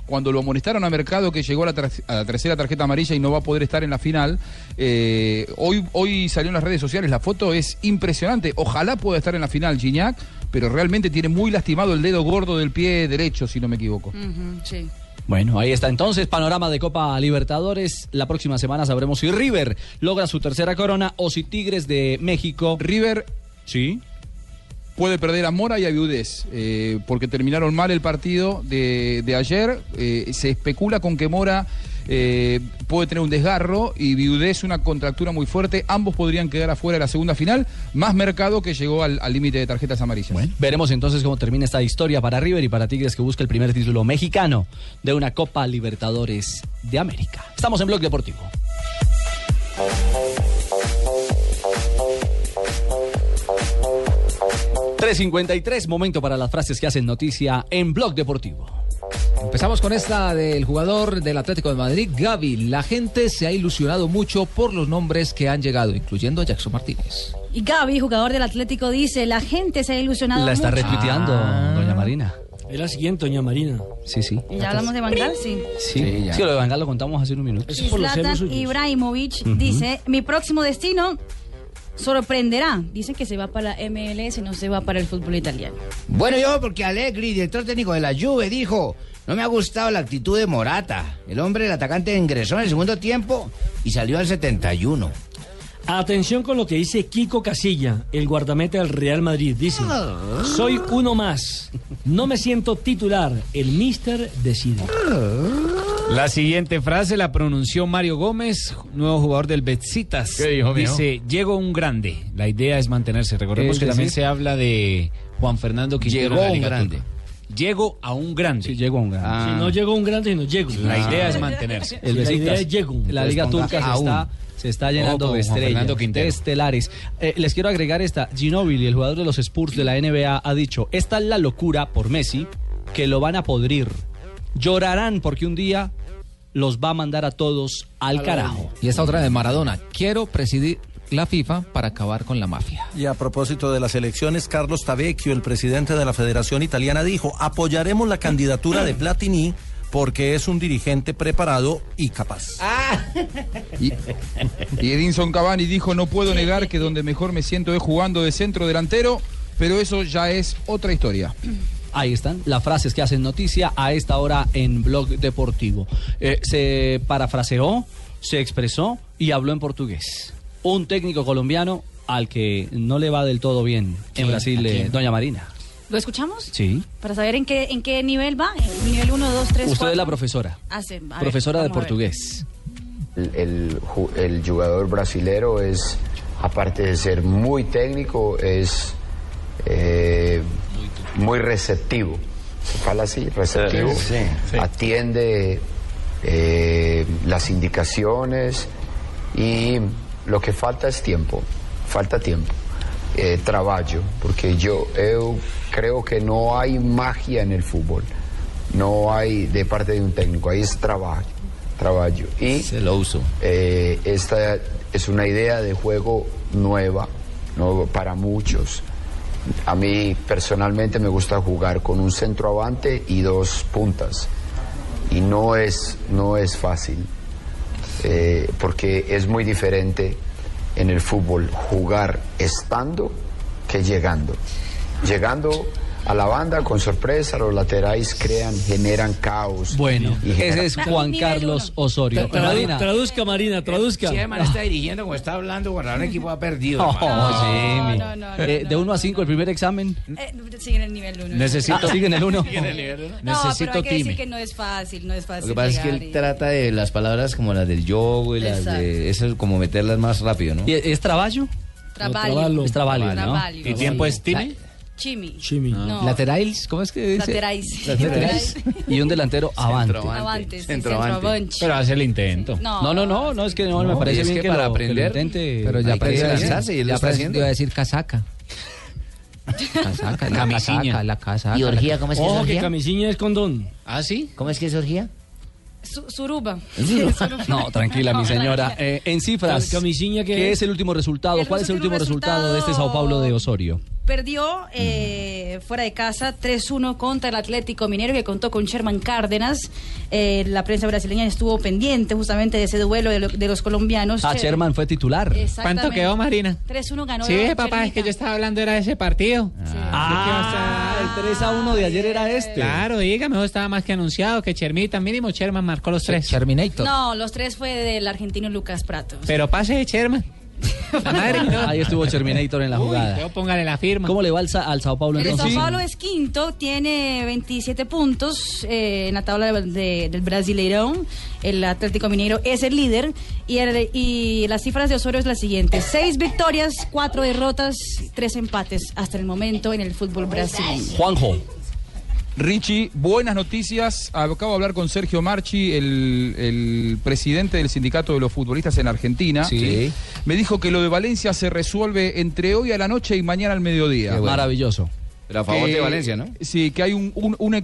Speaker 18: Cuando lo amonestaron a Mercado, que llegó a la, ter- a la tercera tarjeta amarilla y no va a poder estar en la final. eh, hoy, hoy salió en las redes sociales. La foto es impresionante. Ojalá pueda estar en la final Gignac, pero realmente tiene muy lastimado el dedo gordo del pie derecho, si no me equivoco.
Speaker 24: sí.
Speaker 6: Bueno, ahí está entonces, panorama de Copa Libertadores. La próxima semana sabremos si River logra su tercera corona o si Tigres de México.
Speaker 18: River.
Speaker 6: Sí.
Speaker 18: puede perder a Mora y a Viudez, eh, porque terminaron mal el partido de, de ayer. Eh, se especula con que Mora eh, puede tener un desgarro y Viudez una contractura muy fuerte. Ambos podrían quedar afuera de la segunda final, más mercado que llegó al al límite de tarjetas amarillas.
Speaker 6: Veremos entonces cómo termina esta historia para River y para Tigres que busca el primer título mexicano de una Copa Libertadores de América. Estamos en Blog Deportivo.
Speaker 34: Thank
Speaker 6: 3.53, momento para las frases que hacen noticia en Blog Deportivo.
Speaker 9: Empezamos con esta del jugador del Atlético de Madrid, Gaby. La gente se ha ilusionado mucho por los nombres que han llegado, incluyendo a Jackson Martínez.
Speaker 24: Y Gaby, jugador del Atlético, dice, la gente se ha ilusionado
Speaker 6: La está
Speaker 24: mucho".
Speaker 6: retuiteando, doña Marina.
Speaker 10: Ah. Es la siguiente, doña Marina.
Speaker 6: Sí, sí.
Speaker 24: Ya hablamos de Bangal, sí.
Speaker 6: Sí,
Speaker 10: Sí, ya.
Speaker 6: sí, lo de Bangal lo contamos hace unos minutos.
Speaker 24: Zlatan Ibrahimovic
Speaker 6: Ujú.
Speaker 24: dice, mi próximo destino sorprenderá. Dice que se va para MLS, no se va para el fútbol italiano.
Speaker 19: Bueno, yo porque Allegri, director técnico de la Juve, dijo, no me ha gustado la actitud de Morata. El hombre, el atacante, ingresó en el segundo tiempo y salió al 71.
Speaker 10: Atención con lo que dice Kiko Casilla, el guardameta del Real Madrid. Dice,
Speaker 35: Ah.
Speaker 10: soy uno más. No me siento titular. El mister decide.
Speaker 35: La siguiente frase la pronunció Mario Gómez, nuevo jugador del Betsitas. ¿Qué dijo, mijo? Dice, llegó un grande. La idea es mantenerse. Recordemos Es que también decir, se habla de Juan Fernando Quintero. llegó en la un Liga grande. Turca. Llego a un grande. Ah. Sí,
Speaker 6: llegó a un grande.
Speaker 10: Si no llegó un grande, no llego. Ah.
Speaker 35: La idea es mantenerse.
Speaker 6: Ah. El
Speaker 10: la idea
Speaker 6: Besiktas.
Speaker 10: es llego.
Speaker 6: La Liga Turca se está, se está llenando
Speaker 35: Ojo,
Speaker 6: de
Speaker 35: Juan
Speaker 6: estrellas,
Speaker 35: Fernando
Speaker 6: de estelares. Eh, les quiero agregar esta. Ginobili, el jugador de los Spurs de la NBA, ha dicho, esta es la locura por Messi que lo van a podrir. Llorarán porque un día los va a mandar a todos al carajo.
Speaker 9: Y esta otra de Maradona. Quiero presidir la FIFA para acabar con la mafia.
Speaker 8: Y a propósito de las elecciones, Carlos Tavecchio, el presidente de la Federación Italiana, dijo, apoyaremos la candidatura de Platini porque es un dirigente preparado y capaz.
Speaker 24: Ah.
Speaker 18: Y, y Edinson Cavani dijo, no puedo negar que donde mejor me siento es jugando de centro delantero, pero eso ya es otra historia.
Speaker 6: Ahí están las frases que hacen noticia a esta hora en Blog Deportivo. Eh, se parafraseó, se expresó y habló en portugués. Un técnico colombiano al que no le va del todo bien en
Speaker 24: ¿Quién?
Speaker 6: Brasil,
Speaker 24: ¿A
Speaker 6: eh,
Speaker 24: quién?
Speaker 6: Doña Marina.
Speaker 24: ¿Lo escuchamos?
Speaker 6: Sí.
Speaker 24: Para saber en qué, en qué nivel va. en Nivel 1, 2, 3, 4.
Speaker 6: Usted es la profesora.
Speaker 24: Ah,
Speaker 6: profesora de portugués.
Speaker 23: El, el ju- el jugador brasilero es, aparte de ser muy técnico, es eh, muy receptivo. Se fala así, receptivo.
Speaker 25: Sí, sí.
Speaker 23: Atiende eh, las indicaciones y lo que falta es tiempo. Falta tiempo. Eh, trabajo, porque yo, eu creo que no hay magia en el fútbol. No hay de parte de un técnico, ahí es trabajo trabajo. Y lo uso. esta es una idea de juego nueva, nuevo para muchos. A mí personalmente me gusta jugar con un centroavante y dos puntas. Y no es, no es fácil, eh, porque es muy diferente en el fútbol jugar estando que llegando. Llegando a la banda con sorpresa, los laterales crean, generan caos.
Speaker 6: Bueno,
Speaker 23: y generan-
Speaker 6: ese es Juan Carlos Osorio.
Speaker 23: Tra- tradu-
Speaker 6: Marina.
Speaker 10: Traduzca, Marina, traduzca.
Speaker 23: Sí,
Speaker 19: Además está dirigiendo como está hablando, guardar un equipo ha perdido.
Speaker 6: Oh,
Speaker 19: hermano.
Speaker 6: Jimmy.
Speaker 19: no, no, no,
Speaker 6: Eh, de 1 a 5 el primer examen.
Speaker 24: Eh, sigue en el nivel 1.
Speaker 6: Ah, sigue en el 1.
Speaker 24: No, pero hay que
Speaker 35: time.
Speaker 24: decir que no es fácil, no es
Speaker 35: Lo
Speaker 24: fácil.
Speaker 35: que pasa es que
Speaker 24: Ah, llegar
Speaker 35: él
Speaker 24: y-
Speaker 35: trata de las palabras como las del yo y las de. Eso es como meterlas más rápido, ¿no?
Speaker 6: ¿Es trabajo?
Speaker 24: Trabalho.
Speaker 6: Es trabalho, ¿no?
Speaker 24: Trabalho.
Speaker 35: ¿Y tiempo es time?
Speaker 6: La-
Speaker 24: Chimi.
Speaker 6: Chimi.
Speaker 24: No.
Speaker 9: Laterais, ¿cómo es que dice?
Speaker 24: Laterais.
Speaker 9: Laterais. y un delantero avante.
Speaker 24: Avante, sí,
Speaker 9: Centroavante.
Speaker 24: centroavante.
Speaker 9: Pero hace el intento.
Speaker 24: No.
Speaker 6: No, no, no, no, es que no, me
Speaker 9: No,
Speaker 6: parece
Speaker 9: y es
Speaker 6: bien
Speaker 9: que
Speaker 6: que, lo-
Speaker 9: para
Speaker 6: que lo
Speaker 9: aprender,
Speaker 6: intente.
Speaker 9: pero ya
Speaker 6: Hay que
Speaker 9: aprende a
Speaker 6: realizar.
Speaker 9: lanzarse y él lo
Speaker 6: Ya
Speaker 9: está
Speaker 6: aprende-
Speaker 9: haciendo.
Speaker 6: iba a
Speaker 9: decir casaca. Casaca,
Speaker 6: la Camisinha. casaca,
Speaker 9: Ah, la casaca.
Speaker 19: ¿Y orgía? ¿Cómo es que es
Speaker 10: Ojo que
Speaker 19: orgía?
Speaker 10: camisinha es condón.
Speaker 19: ¿Ah, sí? ¿Cómo es que es orgía?
Speaker 24: Su- Suruba.
Speaker 6: No, tranquila, mi señora. Eh, en cifras,
Speaker 10: Camisinha, ¿qué
Speaker 6: ¿qué
Speaker 10: es?
Speaker 6: es el último resultado? ¿Cuál es el último resultado de este Sao Paulo de Osorio?
Speaker 24: Perdió eh, fuera de casa 3-1 contra el Atlético Minero que contó con Sherman Cárdenas. Eh, la prensa brasileña estuvo pendiente justamente de ese duelo de, lo- de los colombianos.
Speaker 6: Ah, Sherman fue titular.
Speaker 24: Exactamente.
Speaker 13: ¿Cuánto quedó, Marina?
Speaker 24: 3-1 ganó.
Speaker 13: Sí,
Speaker 24: Sherman.
Speaker 13: papá, es que yo estaba hablando era de ese partido.
Speaker 6: Ah, el 3 a 1 de ayer era este.
Speaker 13: Claro, dígame, eso estaba más que anunciado que Chermita, mínimo Sherman marcó los tres.
Speaker 9: Terminator.
Speaker 24: No, los tres fue del argentino Lucas Prato.
Speaker 13: Pero pase de Sherman. La madre que no.
Speaker 6: Ahí estuvo Terminator en la jugada.
Speaker 13: Yo póngale la firma.
Speaker 6: ¿Cómo le va al, Sa- al Sao Paulo
Speaker 24: El
Speaker 6: entonces?
Speaker 24: Sao Paulo es quinto, tiene 27 puntos eh, en la tabla de- de- del Brasileirão. El Atlético Mineiro es el líder. Y, el- y las cifras de Osorio es la siguiente: seis victorias, cuatro derrotas, tres empates hasta el momento en el fútbol brasileño.
Speaker 6: Juanjo.
Speaker 18: Richie, buenas noticias. Acabo de hablar con Sergio Marchi, el, el presidente del sindicato de los futbolistas en Argentina.
Speaker 6: Sí.
Speaker 18: Me dijo que lo de Valencia se resuelve entre hoy a la noche y mañana al mediodía.
Speaker 6: Maravilloso.
Speaker 2: Pero a favor
Speaker 18: Que-
Speaker 2: de Valencia, ¿no?
Speaker 18: Sí, que hay un, un- un e-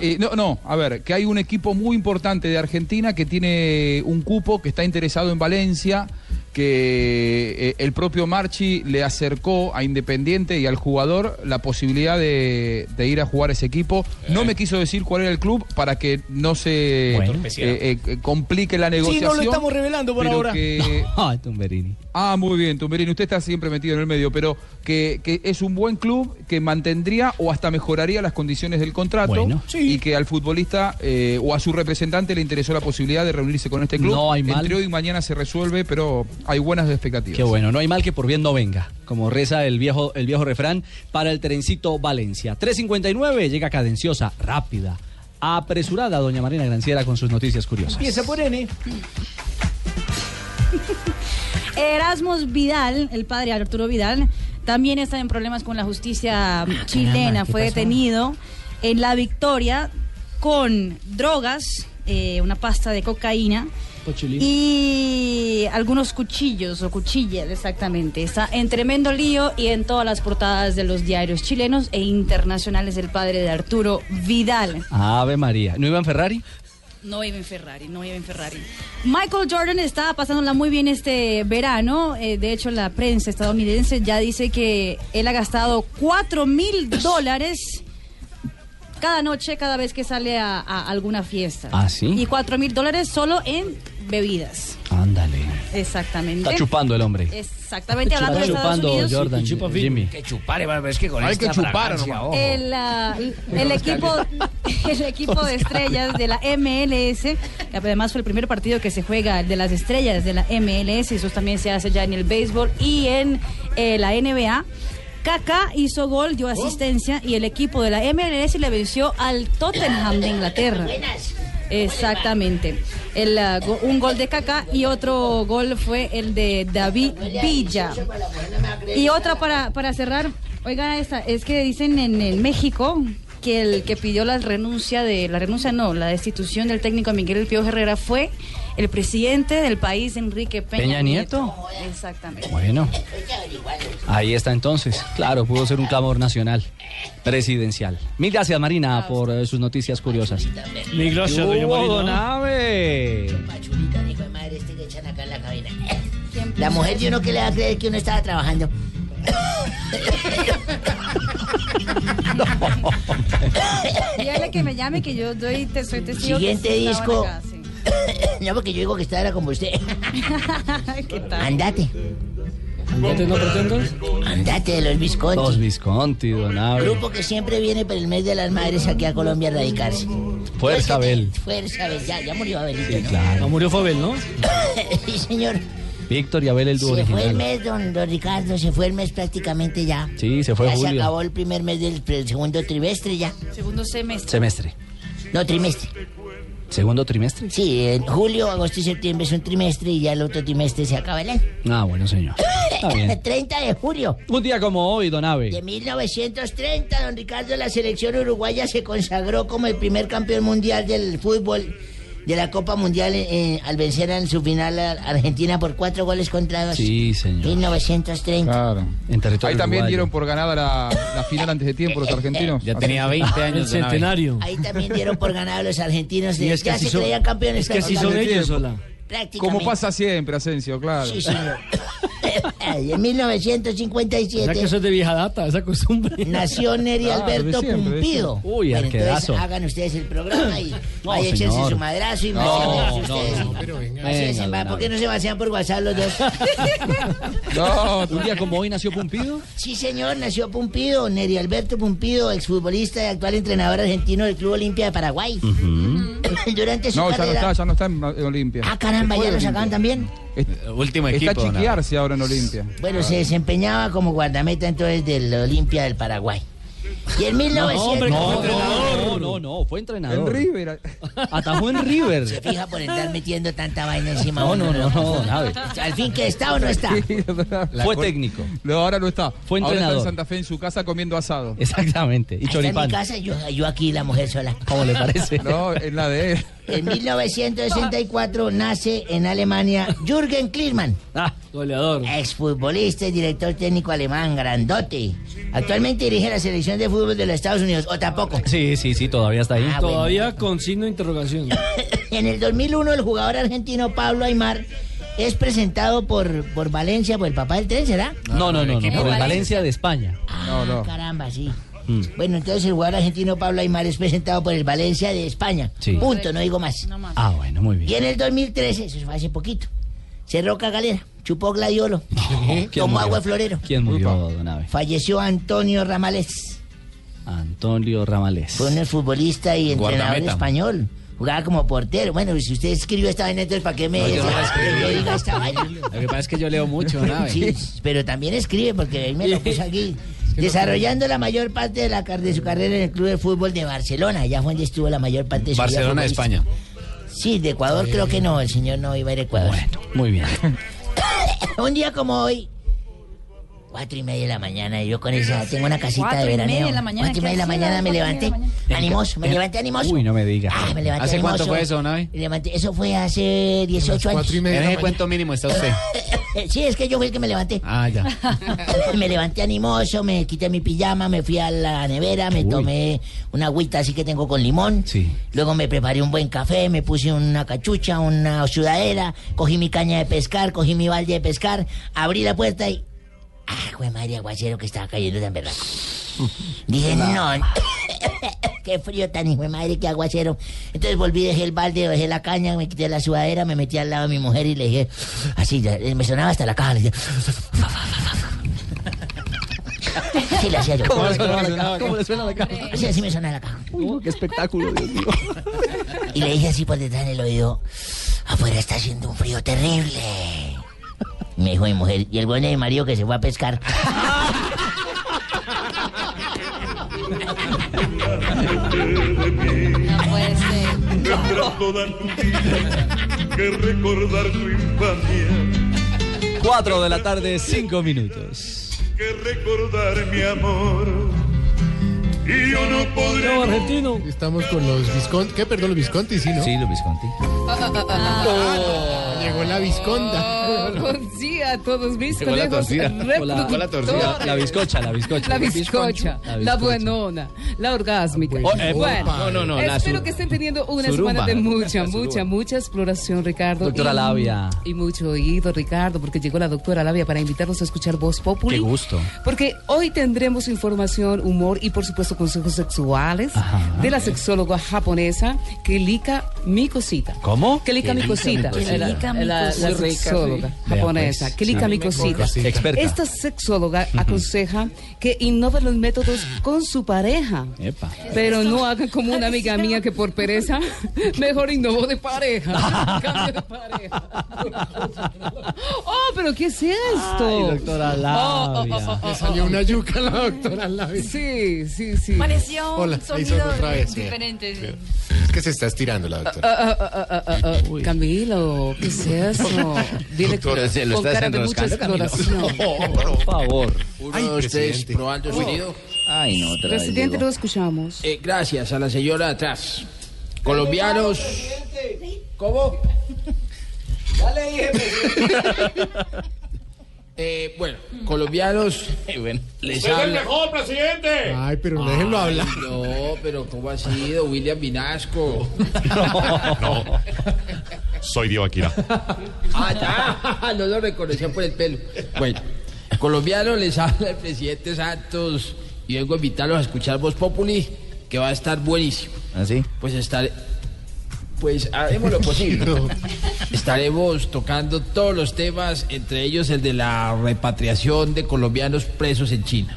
Speaker 18: eh, no, no, a ver, que hay un equipo muy importante de Argentina que tiene un cupo que está interesado en Valencia, que eh, el propio Marchi le acercó a Independiente y al jugador la posibilidad de, de ir a jugar ese equipo.
Speaker 2: Eh.
Speaker 18: No me quiso decir cuál era el club para que no se eh, eh, complique la negociación.
Speaker 9: revelando
Speaker 18: pero que-
Speaker 6: Ah, Tumberini.
Speaker 18: Ah, muy bien, Tumberini. Usted está siempre metido en el medio, pero que, que es un buen club que mantendría o hasta mejoraría las condiciones del contrato
Speaker 6: Bueno.
Speaker 18: y que al futbolista eh, o a su representante le interesó la posibilidad de reunirse con este club.
Speaker 6: No hay mal.
Speaker 18: Entre hoy y mañana se resuelve, pero hay buenas expectativas.
Speaker 6: Qué bueno, no hay mal que por bien no venga, como reza el viejo, el viejo refrán para el trencito Valencia. 3.59 llega cadenciosa, rápida, apresurada doña Marina Granciera con sus noticias curiosas.
Speaker 14: Empieza por N.
Speaker 24: Erasmus Vidal, el padre de Arturo Vidal, también está en problemas con la justicia chilena.
Speaker 14: ¿qué
Speaker 24: Fue
Speaker 14: pasó?
Speaker 24: detenido en la victoria con drogas, eh, una pasta de cocaína. Y algunos cuchillos o cuchillas, exactamente. Está en tremendo lío y en todas las portadas de los diarios chilenos e internacionales el padre de Arturo Vidal.
Speaker 6: Ave María, ¿no iba en Ferrari?
Speaker 24: No iba en Ferrari, no iba en Ferrari. Michael Jordan está pasándola muy bien este verano. Eh, de hecho, la prensa estadounidense ya dice que él ha gastado 4 mil dólares cada noche, cada vez que sale a, a alguna fiesta.
Speaker 6: ¿Ah, sí?
Speaker 24: Y 4 mil dólares solo en bebidas.
Speaker 6: Ándale.
Speaker 24: Exactamente.
Speaker 6: Está chupando el hombre.
Speaker 24: Exactamente, hablando de Estados Unidos.
Speaker 6: Jordan, Eh, Jimmy.
Speaker 19: Que chupar, hermano, es que con
Speaker 6: Hay
Speaker 19: esta
Speaker 6: que chupar,
Speaker 19: fragancia,
Speaker 6: hermano.
Speaker 19: ojo.
Speaker 24: El, ah, el equipo, el equipo de estrellas de la MLS, además fue el primer partido que se juega el de las estrellas de la MLS, y eso también se hace ya en el béisbol y en eh, la NBA. Kaká hizo gol, dio asistencia y el equipo de la MLS le venció al Tottenham de Inglaterra. Exactamente. El, ah, go- un gol de Kaká y otro gol fue el de David Villa. Y otra para, para cerrar, oiga esta, es que dicen en, en México que el que pidió la renuncia de, la renuncia no, la destitución del técnico Miguel El Pío Herrera fue el presidente del país, Enrique Peña,
Speaker 6: ¿Peña Nieto?
Speaker 24: Exactamente.
Speaker 6: Bueno, ahí está entonces. Claro, pudo ser un clamor nacional, presidencial. Mil gracias, Marina, por eh, sus noticias curiosas.
Speaker 10: Mil gracias, doña
Speaker 6: ¡Hubo,
Speaker 10: Marina!
Speaker 6: don Abe!
Speaker 24: Eh,
Speaker 19: Chulita de hijo de madre este que echan acá en la cabina. La mujer de uno que le va a creer que uno estaba trabajando.
Speaker 24: Dígale que me llame que yo doy, te soy testigo. que
Speaker 19: Siguiente
Speaker 24: sí estaban
Speaker 19: disco.
Speaker 24: acá, sí.
Speaker 19: No, porque yo digo que estaba era como usted.
Speaker 24: ¿Qué tal?
Speaker 19: Andate.
Speaker 10: ¿Andate no pretendas?
Speaker 19: Andate de los bizcochos.
Speaker 6: Los Visconti, don Abe.
Speaker 19: Grupo que siempre viene para el mes de las madres aquí a Colombia a radicarse.
Speaker 6: Fuerza, Abel.
Speaker 19: Fuerza, Abel. Ya, ya murió Abelito,
Speaker 6: Sí,
Speaker 19: ¿no?
Speaker 6: claro.
Speaker 10: Murió Fabel, ¿no?
Speaker 19: sí, señor.
Speaker 6: Víctor y Abel, el dúo
Speaker 19: Se fue el
Speaker 6: original.
Speaker 19: mes, don, don Ricardo. Se fue el mes prácticamente ya.
Speaker 6: Sí, se fue
Speaker 19: ya se
Speaker 6: Julio.
Speaker 19: acabó el primer mes del pre- segundo trimestre ya.
Speaker 24: Segundo semestre.
Speaker 6: Semestre.
Speaker 19: No, trimestre.
Speaker 6: ¿Segundo trimestre?
Speaker 12: Sí, en julio, agosto y septiembre es un trimestre y ya el otro trimestre se acaba el año.
Speaker 6: Ah, bueno, señor. Está bien.
Speaker 12: 30 de julio.
Speaker 6: Un día como hoy, don Abe.
Speaker 12: De 1930, don Ricardo, la selección uruguaya se consagró como el primer campeón mundial del fútbol de la Copa Mundial eh, al vencer en su final a Argentina por cuatro goles contra dos.
Speaker 6: Sí, señor.
Speaker 12: 1930.
Speaker 18: Claro.
Speaker 6: En territorio
Speaker 18: Ahí también
Speaker 6: uruguayo.
Speaker 18: dieron por ganada la, la final antes de tiempo los argentinos.
Speaker 6: Ya tenía 20 años, El don Abe. centenario.
Speaker 12: Ahí también dieron por ganado los argentinos.
Speaker 18: Y
Speaker 12: De,
Speaker 18: es que
Speaker 12: ya
Speaker 18: así
Speaker 12: se
Speaker 18: son-
Speaker 12: creían campeones.
Speaker 18: es que así son ellos, Sola.
Speaker 12: Prácticamente.
Speaker 18: Como pasa siempre, Asensio, claro.
Speaker 12: Sí, señor. Ay, en 1957.
Speaker 10: Ya que eso es de vieja data, esa costumbre.
Speaker 12: Nació Neri
Speaker 10: Claro, de
Speaker 12: Alberto
Speaker 10: siempre, de
Speaker 12: Pumpido.
Speaker 10: siempre. Uy,
Speaker 12: Bueno, entonces
Speaker 10: arquedazo.
Speaker 12: hagan ustedes el programa y
Speaker 10: No,
Speaker 12: vaya a echarse
Speaker 10: señor.
Speaker 12: su madrazo y
Speaker 10: No,
Speaker 12: métanse
Speaker 10: no,
Speaker 12: ustedes.
Speaker 10: no, pero venga.
Speaker 12: Así
Speaker 10: Venga,
Speaker 12: se va,
Speaker 10: don
Speaker 12: ¿Por qué
Speaker 10: Abel.
Speaker 12: no se vacían por WhatsApp los dos?
Speaker 6: un día como hoy nació Pumpido.
Speaker 12: Sí, señor, nació Pumpido, Neri Alberto Pumpido, exfutbolista y actual entrenador argentino del Club Olimpia de Paraguay.
Speaker 6: Mm.
Speaker 12: Durante su
Speaker 18: No, ya no
Speaker 12: carrera.
Speaker 18: está, ya no está en en Olimpia.
Speaker 12: Ah, caramba,
Speaker 18: Después
Speaker 12: ya
Speaker 18: de Olimpia.
Speaker 12: lo sacaban también.
Speaker 18: Último
Speaker 12: equipo,
Speaker 18: Está
Speaker 12: don
Speaker 18: a
Speaker 12: Abel.
Speaker 18: chiquearse ahora en Olimpia.
Speaker 12: Bueno, se desempeñaba como guardameta entonces del Olimpia del Paraguay. Y en 1900.
Speaker 6: no, no, no, fue entrenador.
Speaker 12: En
Speaker 18: River.
Speaker 6: Atajó en River.
Speaker 12: Se fija por estar metiendo tanta vaina encima.
Speaker 6: No,
Speaker 12: uno,
Speaker 6: no, no, no, nada.
Speaker 12: Al fin que está o no está.
Speaker 6: Fue técnico.
Speaker 18: No, ahora no está.
Speaker 6: Fue
Speaker 18: Ahora está
Speaker 6: entrenador.
Speaker 18: en Santa Fe en su casa comiendo asado.
Speaker 6: Exactamente. Y
Speaker 12: Ahí está en mi
Speaker 6: Choripán.
Speaker 12: casa, yo, yo aquí, la mujer sola.
Speaker 6: ¿Cómo le parece?
Speaker 18: No, es la de él.
Speaker 12: En 1964 nace en Alemania Jürgen Klinsmann.
Speaker 6: Ah,
Speaker 10: goleador.
Speaker 12: Exfutbolista y director técnico alemán, grandote. Actualmente dirige la selección de fútbol de los Estados Unidos, o tampoco.
Speaker 6: Sí, sí, sí, todavía está ahí.
Speaker 12: Ah, bueno.
Speaker 10: Todavía con signo de interrogación.
Speaker 12: En el 2001, el jugador argentino Pablo Aymar es presentado por, por Valencia, por el papá del tren, ¿será?
Speaker 6: No, no, no, no.
Speaker 12: equipo
Speaker 6: Por el
Speaker 12: de
Speaker 6: Valencia de España.
Speaker 12: Ah,
Speaker 6: no.
Speaker 12: caramba, sí.
Speaker 6: Mm.
Speaker 12: Bueno, entonces el jugador argentino Pablo Aymar es presentado por el Valencia de España.
Speaker 6: Sí.
Speaker 12: Punto, no digo más.
Speaker 6: Ah, bueno, muy bien.
Speaker 12: Y en el 2013, eso fue hace poquito, cerró Cagalera, chupó gladiolo,
Speaker 6: ¿Quién
Speaker 12: tomó
Speaker 6: murió?
Speaker 12: agua de florero.
Speaker 6: ¿Quién murió, don Abe?
Speaker 12: Falleció Antonio Ramales.
Speaker 6: Antonio Ramales.
Speaker 12: Fue un futbolista y entrenador
Speaker 6: Guardameta.
Speaker 12: español. Jugaba como portero. Bueno, si usted escribió esta vaina, entonces ¿para qué me
Speaker 13: No, yo no la
Speaker 12: que yo
Speaker 13: escribí.
Speaker 12: diga esta vaina?
Speaker 13: Lo que pasa es que yo leo mucho, ¿no?
Speaker 6: eh.
Speaker 12: Sí, pero también escribe porque él me lo puso aquí. Desarrollando la mayor parte de, la car- de su carrera en el Club de Fútbol de Barcelona. Allá fue donde estuvo la mayor parte de su vida
Speaker 13: Barcelona,
Speaker 12: futbolística.
Speaker 13: España.
Speaker 12: Sí, de Ecuador creo que no. El señor no iba a ir a Ecuador.
Speaker 6: Muy bien.
Speaker 12: Un día como hoy, cuatro y media de la mañana, yo con esa, tengo una casita
Speaker 24: Cuatro
Speaker 12: de
Speaker 24: y
Speaker 12: veraneo.
Speaker 24: media de la mañana,
Speaker 12: Cuatro y media de la
Speaker 24: ¿qué hacía a
Speaker 12: mañana
Speaker 24: las
Speaker 12: me
Speaker 24: cuatro y media de
Speaker 12: levanté,
Speaker 24: la
Speaker 12: animoso, me levanté animoso.
Speaker 6: Uy, no me digas.
Speaker 12: Ah, me levanté
Speaker 13: ¿Hace cuánto
Speaker 12: animoso.
Speaker 13: fue eso, Navi?
Speaker 12: Me levanté, eso fue hace 18 años.
Speaker 13: En ese cuento mínimo está usted.
Speaker 12: Sí, es que yo fui el que me levanté.
Speaker 13: Ah, ya.
Speaker 12: me levanté animoso, me quité mi pijama, me fui a la nevera, me tomé una agüita así que tengo con limón. Luego me preparé un buen café, me puse una cachucha, una sudadera, cogí mi caña de pescar, cogí mi balde de pescar, abrí la puerta y. ¡Ah, güey, madre aguacero que estaba cayendo tan verdad! Dije,
Speaker 6: Ah.
Speaker 12: no, qué frío tan hijo de madre, qué aguacero. Entonces volví, dejé el balde, dejé la caña, me quité la sudadera, me metí al lado de mi mujer y le dije, así, ya, eh, me sonaba hasta la caja, le dije, sí, le hacía yo.
Speaker 14: ¿Cómo le
Speaker 12: suena
Speaker 14: la caja? ¿Cómo
Speaker 12: le suena la caja? Sí, así me sonaba la caja.
Speaker 14: qué espectáculo, Dios mío.
Speaker 12: Y le dije así por detrás en el oído, afuera está haciendo un frío terrible. Me dijo mi mujer, y el bueno de mi marido que se fue a pescar.
Speaker 14: Mientras toda tu vida que recordar tu infancia,
Speaker 6: 4 de la tarde, 5 minutos.
Speaker 14: que recordar mi amor. Y yo no podré.
Speaker 36: argentino. Estamos con los Visconti. ¿Qué? Perdón, los Visconti, sí, ¿no? Sí, los Visconti.
Speaker 25: ah,
Speaker 6: Ah,
Speaker 36: llegó la Visconda.
Speaker 25: Oh, Sí, a todos mis
Speaker 36: Llegó la
Speaker 25: colegas
Speaker 36: torcida.
Speaker 25: reproductores.
Speaker 36: La torcida.
Speaker 6: La bizcocha, la bizcocha.
Speaker 25: La bizcocha,
Speaker 6: La
Speaker 25: la
Speaker 6: bizcocha.
Speaker 25: buenona, la orgásmica.
Speaker 6: Oh, eh,
Speaker 25: bueno,
Speaker 6: no, no, no, la
Speaker 25: espero
Speaker 6: sur-
Speaker 25: que estén teniendo una
Speaker 6: surumba.
Speaker 25: semana de mucha,
Speaker 6: La surumba.
Speaker 25: mucha, mucha exploración, Ricardo.
Speaker 6: Doctora
Speaker 25: y,
Speaker 6: Labia.
Speaker 25: Y mucho oído, Ricardo, porque llegó la doctora Labia para invitarnos a escuchar Voz Populi.
Speaker 6: Qué gusto.
Speaker 25: Porque hoy tendremos información, humor y, por supuesto, consejos sexuales de la sexóloga japonesa Kelika Mikosita.
Speaker 6: ¿Cómo?
Speaker 25: Kelika
Speaker 6: Kelika
Speaker 25: Mikosita.
Speaker 6: Mikosita.
Speaker 25: La-
Speaker 6: Kelika
Speaker 25: la, la- la
Speaker 15: Muy rica,
Speaker 25: sexóloga
Speaker 15: sí.
Speaker 25: japonesa,
Speaker 15: Vea, pues.
Speaker 25: Kelly
Speaker 15: Sí.
Speaker 25: Kamikosita.
Speaker 15: Kamikosita. Experta.
Speaker 25: Esta sexóloga aconseja que innoven los métodos con su pareja. Pero no hagan como una amiga mía que por pereza mejor innovó de pareja. Cambio de pareja. Oh, pero ¿qué es esto? Oh,
Speaker 15: Ay, doctora Labia. Le salió una yuca a la doctora Labia.
Speaker 25: Sí, sí, sí. Oh,
Speaker 15: Pareció un Hola, ahí sonido sonó otra vez, mira. diferente, sí. Es que se está estirando la doctora.
Speaker 25: Ah, ah, ah, ah, ah, ah. Camilo, ¿qué es eso? Dile
Speaker 15: Doctora, se lo
Speaker 25: con
Speaker 15: estás
Speaker 25: cara de mucha
Speaker 15: enroscando, Camilo.
Speaker 25: exploración.
Speaker 15: Por
Speaker 20: favor.
Speaker 15: Uno,
Speaker 25: Ay,
Speaker 15: dos, tres,
Speaker 25: presidente.
Speaker 15: pro al definido.
Speaker 19: Oh. Ay, no, otra vez
Speaker 25: Presidente,
Speaker 19: llegó.
Speaker 25: lo escuchamos.
Speaker 19: Eh, gracias a la señora atrás. Colombianos. ¿Cómo?
Speaker 14: Dale,
Speaker 19: Eh, bueno, colombianos. eh, bueno, les habla-
Speaker 36: presidente! Ay, pero
Speaker 19: Ay,
Speaker 36: déjenlo hablar.
Speaker 19: No, pero ¿cómo ha sido William Vinasco?
Speaker 4: Soy Diego Aquila.
Speaker 19: Ah, ya, no lo reconocían por el pelo. Bueno, colombiano les habla el presidente Santos y vengo a invitarlos a escuchar Voz Populi, que va a estar buenísimo.
Speaker 6: ¿Ah,
Speaker 19: ¿Así? Pues estar. Pues haremos lo posible. Estaremos tocando todos los temas, entre ellos el de la repatriación de colombianos presos en China.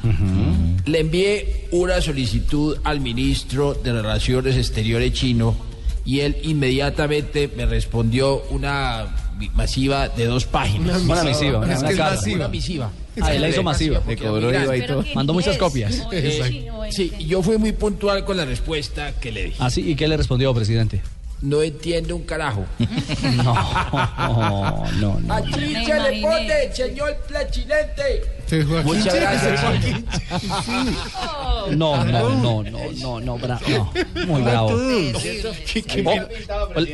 Speaker 19: Le envié una solicitud al ministro de Relaciones Exteriores chino y él inmediatamente me respondió una mi- masiva de dos páginas.
Speaker 6: Una misiva, una
Speaker 19: Es que es
Speaker 6: carta.
Speaker 19: masiva. Una misiva.
Speaker 6: Ah, él la hizo masiva.
Speaker 19: porque
Speaker 6: Le cobró
Speaker 19: era
Speaker 6: IVA y
Speaker 19: grande.
Speaker 6: todo. Pero que Mandó en muchas inglés, copias. o este, en
Speaker 19: Eh,
Speaker 6: chino,
Speaker 19: Sí, yo fui muy puntual con la respuesta que le di.
Speaker 6: Así, Ah, ¿y qué le respondió, presidente?
Speaker 19: No entiendo un carajo.
Speaker 6: No, no, no.
Speaker 19: Chicha le pone, señor Plachinente.
Speaker 6: Muchas gracias. No, no, no, no, no, no, bra- no. muy bravo. Oh,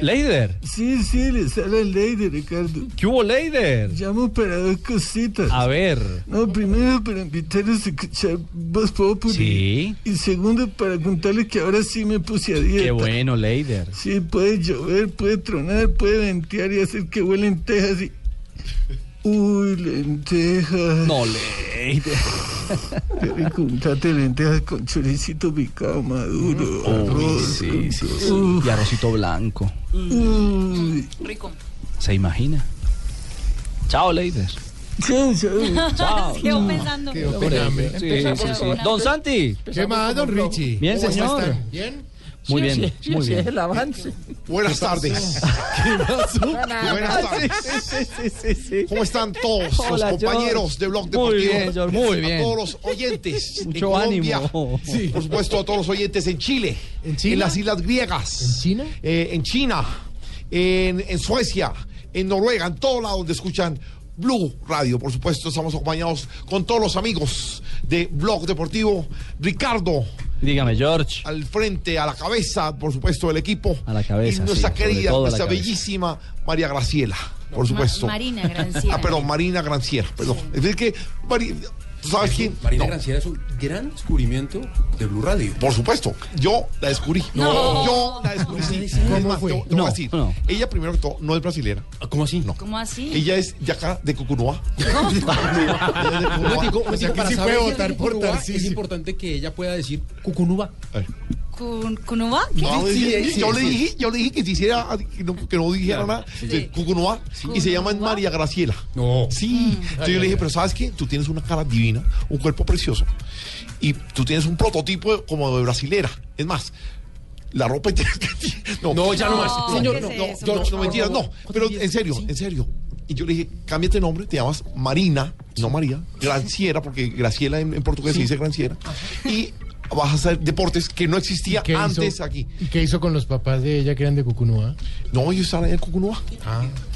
Speaker 6: Leider.
Speaker 16: Sí, sí, les habla el Leider, Ricardo.
Speaker 6: ¿Qué hubo, Leider?
Speaker 16: Llamo para dos cositas.
Speaker 6: A ver.
Speaker 16: No, primero para invitarlos a escuchar Voz Populi.
Speaker 6: Sí.
Speaker 16: Y segundo para contarles que ahora sí me puse a dieta.
Speaker 6: Qué bueno, Leider.
Speaker 16: Sí, puede llover, puede tronar, puede ventear y hacer que huelen tejas y... Uy, lentejas.
Speaker 6: No, Leider.
Speaker 16: Qué rico un plato de lentejas con choricito picado maduro. arroz,
Speaker 6: Sí, sí,
Speaker 16: con-
Speaker 6: sí.
Speaker 16: Uf.
Speaker 6: Y arrocito blanco.
Speaker 15: Mm.
Speaker 16: Uy.
Speaker 6: ¿Se imagina? Chao, Leider.
Speaker 16: Chao,
Speaker 6: chao. Chao.
Speaker 24: Quedó pensando.
Speaker 6: Quedó pensando. Sí, sí, sí. Don Santi.
Speaker 36: ¿Qué más, don Richie?
Speaker 6: Bien,
Speaker 36: ¿Cómo
Speaker 6: señor.
Speaker 36: están? ¿Bien?
Speaker 6: Muy bien, muy bien.
Speaker 36: el avance. Buenas tardes. ¿Qué pasó? Buenas tardes. ¿Cómo están todos
Speaker 6: Hola,
Speaker 36: los compañeros
Speaker 6: George.
Speaker 36: de Blog
Speaker 6: Muy
Speaker 36: Deportivo?
Speaker 6: bien, George, muy
Speaker 36: A
Speaker 6: bien.
Speaker 36: todos los oyentes
Speaker 6: Mucho
Speaker 36: en Colombia.
Speaker 6: ánimo.
Speaker 36: Sí. Por supuesto, a todos los oyentes en Chile. ¿En
Speaker 6: China?
Speaker 36: las Islas Griegas. ¿En China? en China. En, en Suecia. En Noruega. En todo lado donde escuchan Blue Radio. Por supuesto, estamos acompañados con todos los amigos de Blog Deportivo. Ricardo.
Speaker 6: Dígame, George.
Speaker 36: Al frente, a la cabeza, por supuesto, del equipo.
Speaker 6: A la cabeza.
Speaker 36: Y nuestra
Speaker 6: sí, sobre
Speaker 36: querida,
Speaker 6: todo a la
Speaker 36: nuestra
Speaker 6: cabeza.
Speaker 36: bellísima María Graciela, por supuesto.
Speaker 24: Marina Granciera.
Speaker 36: Ah, perdón, Marina Granciera, perdón. Es decir que Mari- ¿tú ¿Sabes quién?
Speaker 21: Marina
Speaker 36: No.
Speaker 21: Granciera es un gran descubrimiento de Blue Radio.
Speaker 36: Por supuesto, yo la descubrí.
Speaker 21: No.
Speaker 36: Yo la descubrí. sí. Es más, te- te voy a decir, Ella, primero que todo, no es brasilera.
Speaker 21: Ah,
Speaker 36: ¿Cómo así? No.
Speaker 24: ¿Cómo así?
Speaker 36: Ella es de acá, de Cucunuá. Ella es de
Speaker 21: Un
Speaker 36: Cucunuá.
Speaker 21: momentico, un
Speaker 36: O sea,
Speaker 21: momentico,
Speaker 36: que
Speaker 21: para
Speaker 36: sí
Speaker 21: saber
Speaker 36: puede
Speaker 21: si
Speaker 36: votar
Speaker 21: es
Speaker 36: por
Speaker 21: Cucunuba, Es
Speaker 36: Tarcisio.
Speaker 21: importante que ella pueda decir Cucunuba.
Speaker 24: ¿Kun- ¿Kunuba? ¿Qué?
Speaker 36: No,
Speaker 21: Sí,
Speaker 36: dije-
Speaker 21: sí,
Speaker 36: yo,
Speaker 21: sí.
Speaker 36: le dije, yo le dije que, se hiciera, ah, que, no, que no dijera nada de Cucunuá y se llaman María Graciela. No. Sí.
Speaker 21: Mm.
Speaker 36: Entonces yo le dije, pero ¿sabes qué? Tú tienes una cara divina, un cuerpo precioso y tú tienes un prototipo de- como de brasilera. Es más, la ropa interior que tiene-
Speaker 21: No, ya no más. No, Señor,
Speaker 36: no,
Speaker 21: ¿qué es
Speaker 36: no,
Speaker 21: eso?
Speaker 36: George,
Speaker 21: Por
Speaker 36: no mentiras,
Speaker 21: favor.
Speaker 36: no. Pero en serio, en serio. Y yo le dije, cámbiate el nombre, te llamas Marina, no María, Granciera, porque Graciela en, en portugués se dice Granciera. Y vas a hacer deportes que no existía qué hizo? antes aquí. ¿Y qué hizo con los papás de ella que eran de Cucunuá? No, ellos estaban allá en Cucunuá.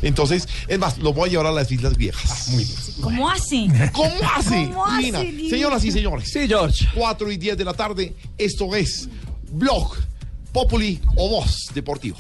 Speaker 36: Entonces, es más, los voy a llevar a las Islas Viejas. Ah. muy bien.
Speaker 24: ¿Cómo así?
Speaker 36: ¿Cómo hace?
Speaker 24: ¿Cómo así,
Speaker 36: Lina?
Speaker 24: Lina?
Speaker 36: Señoras y señores. Sí, George. 4 y 10 de la tarde, esto es Blog Populi o Voz Deportivo.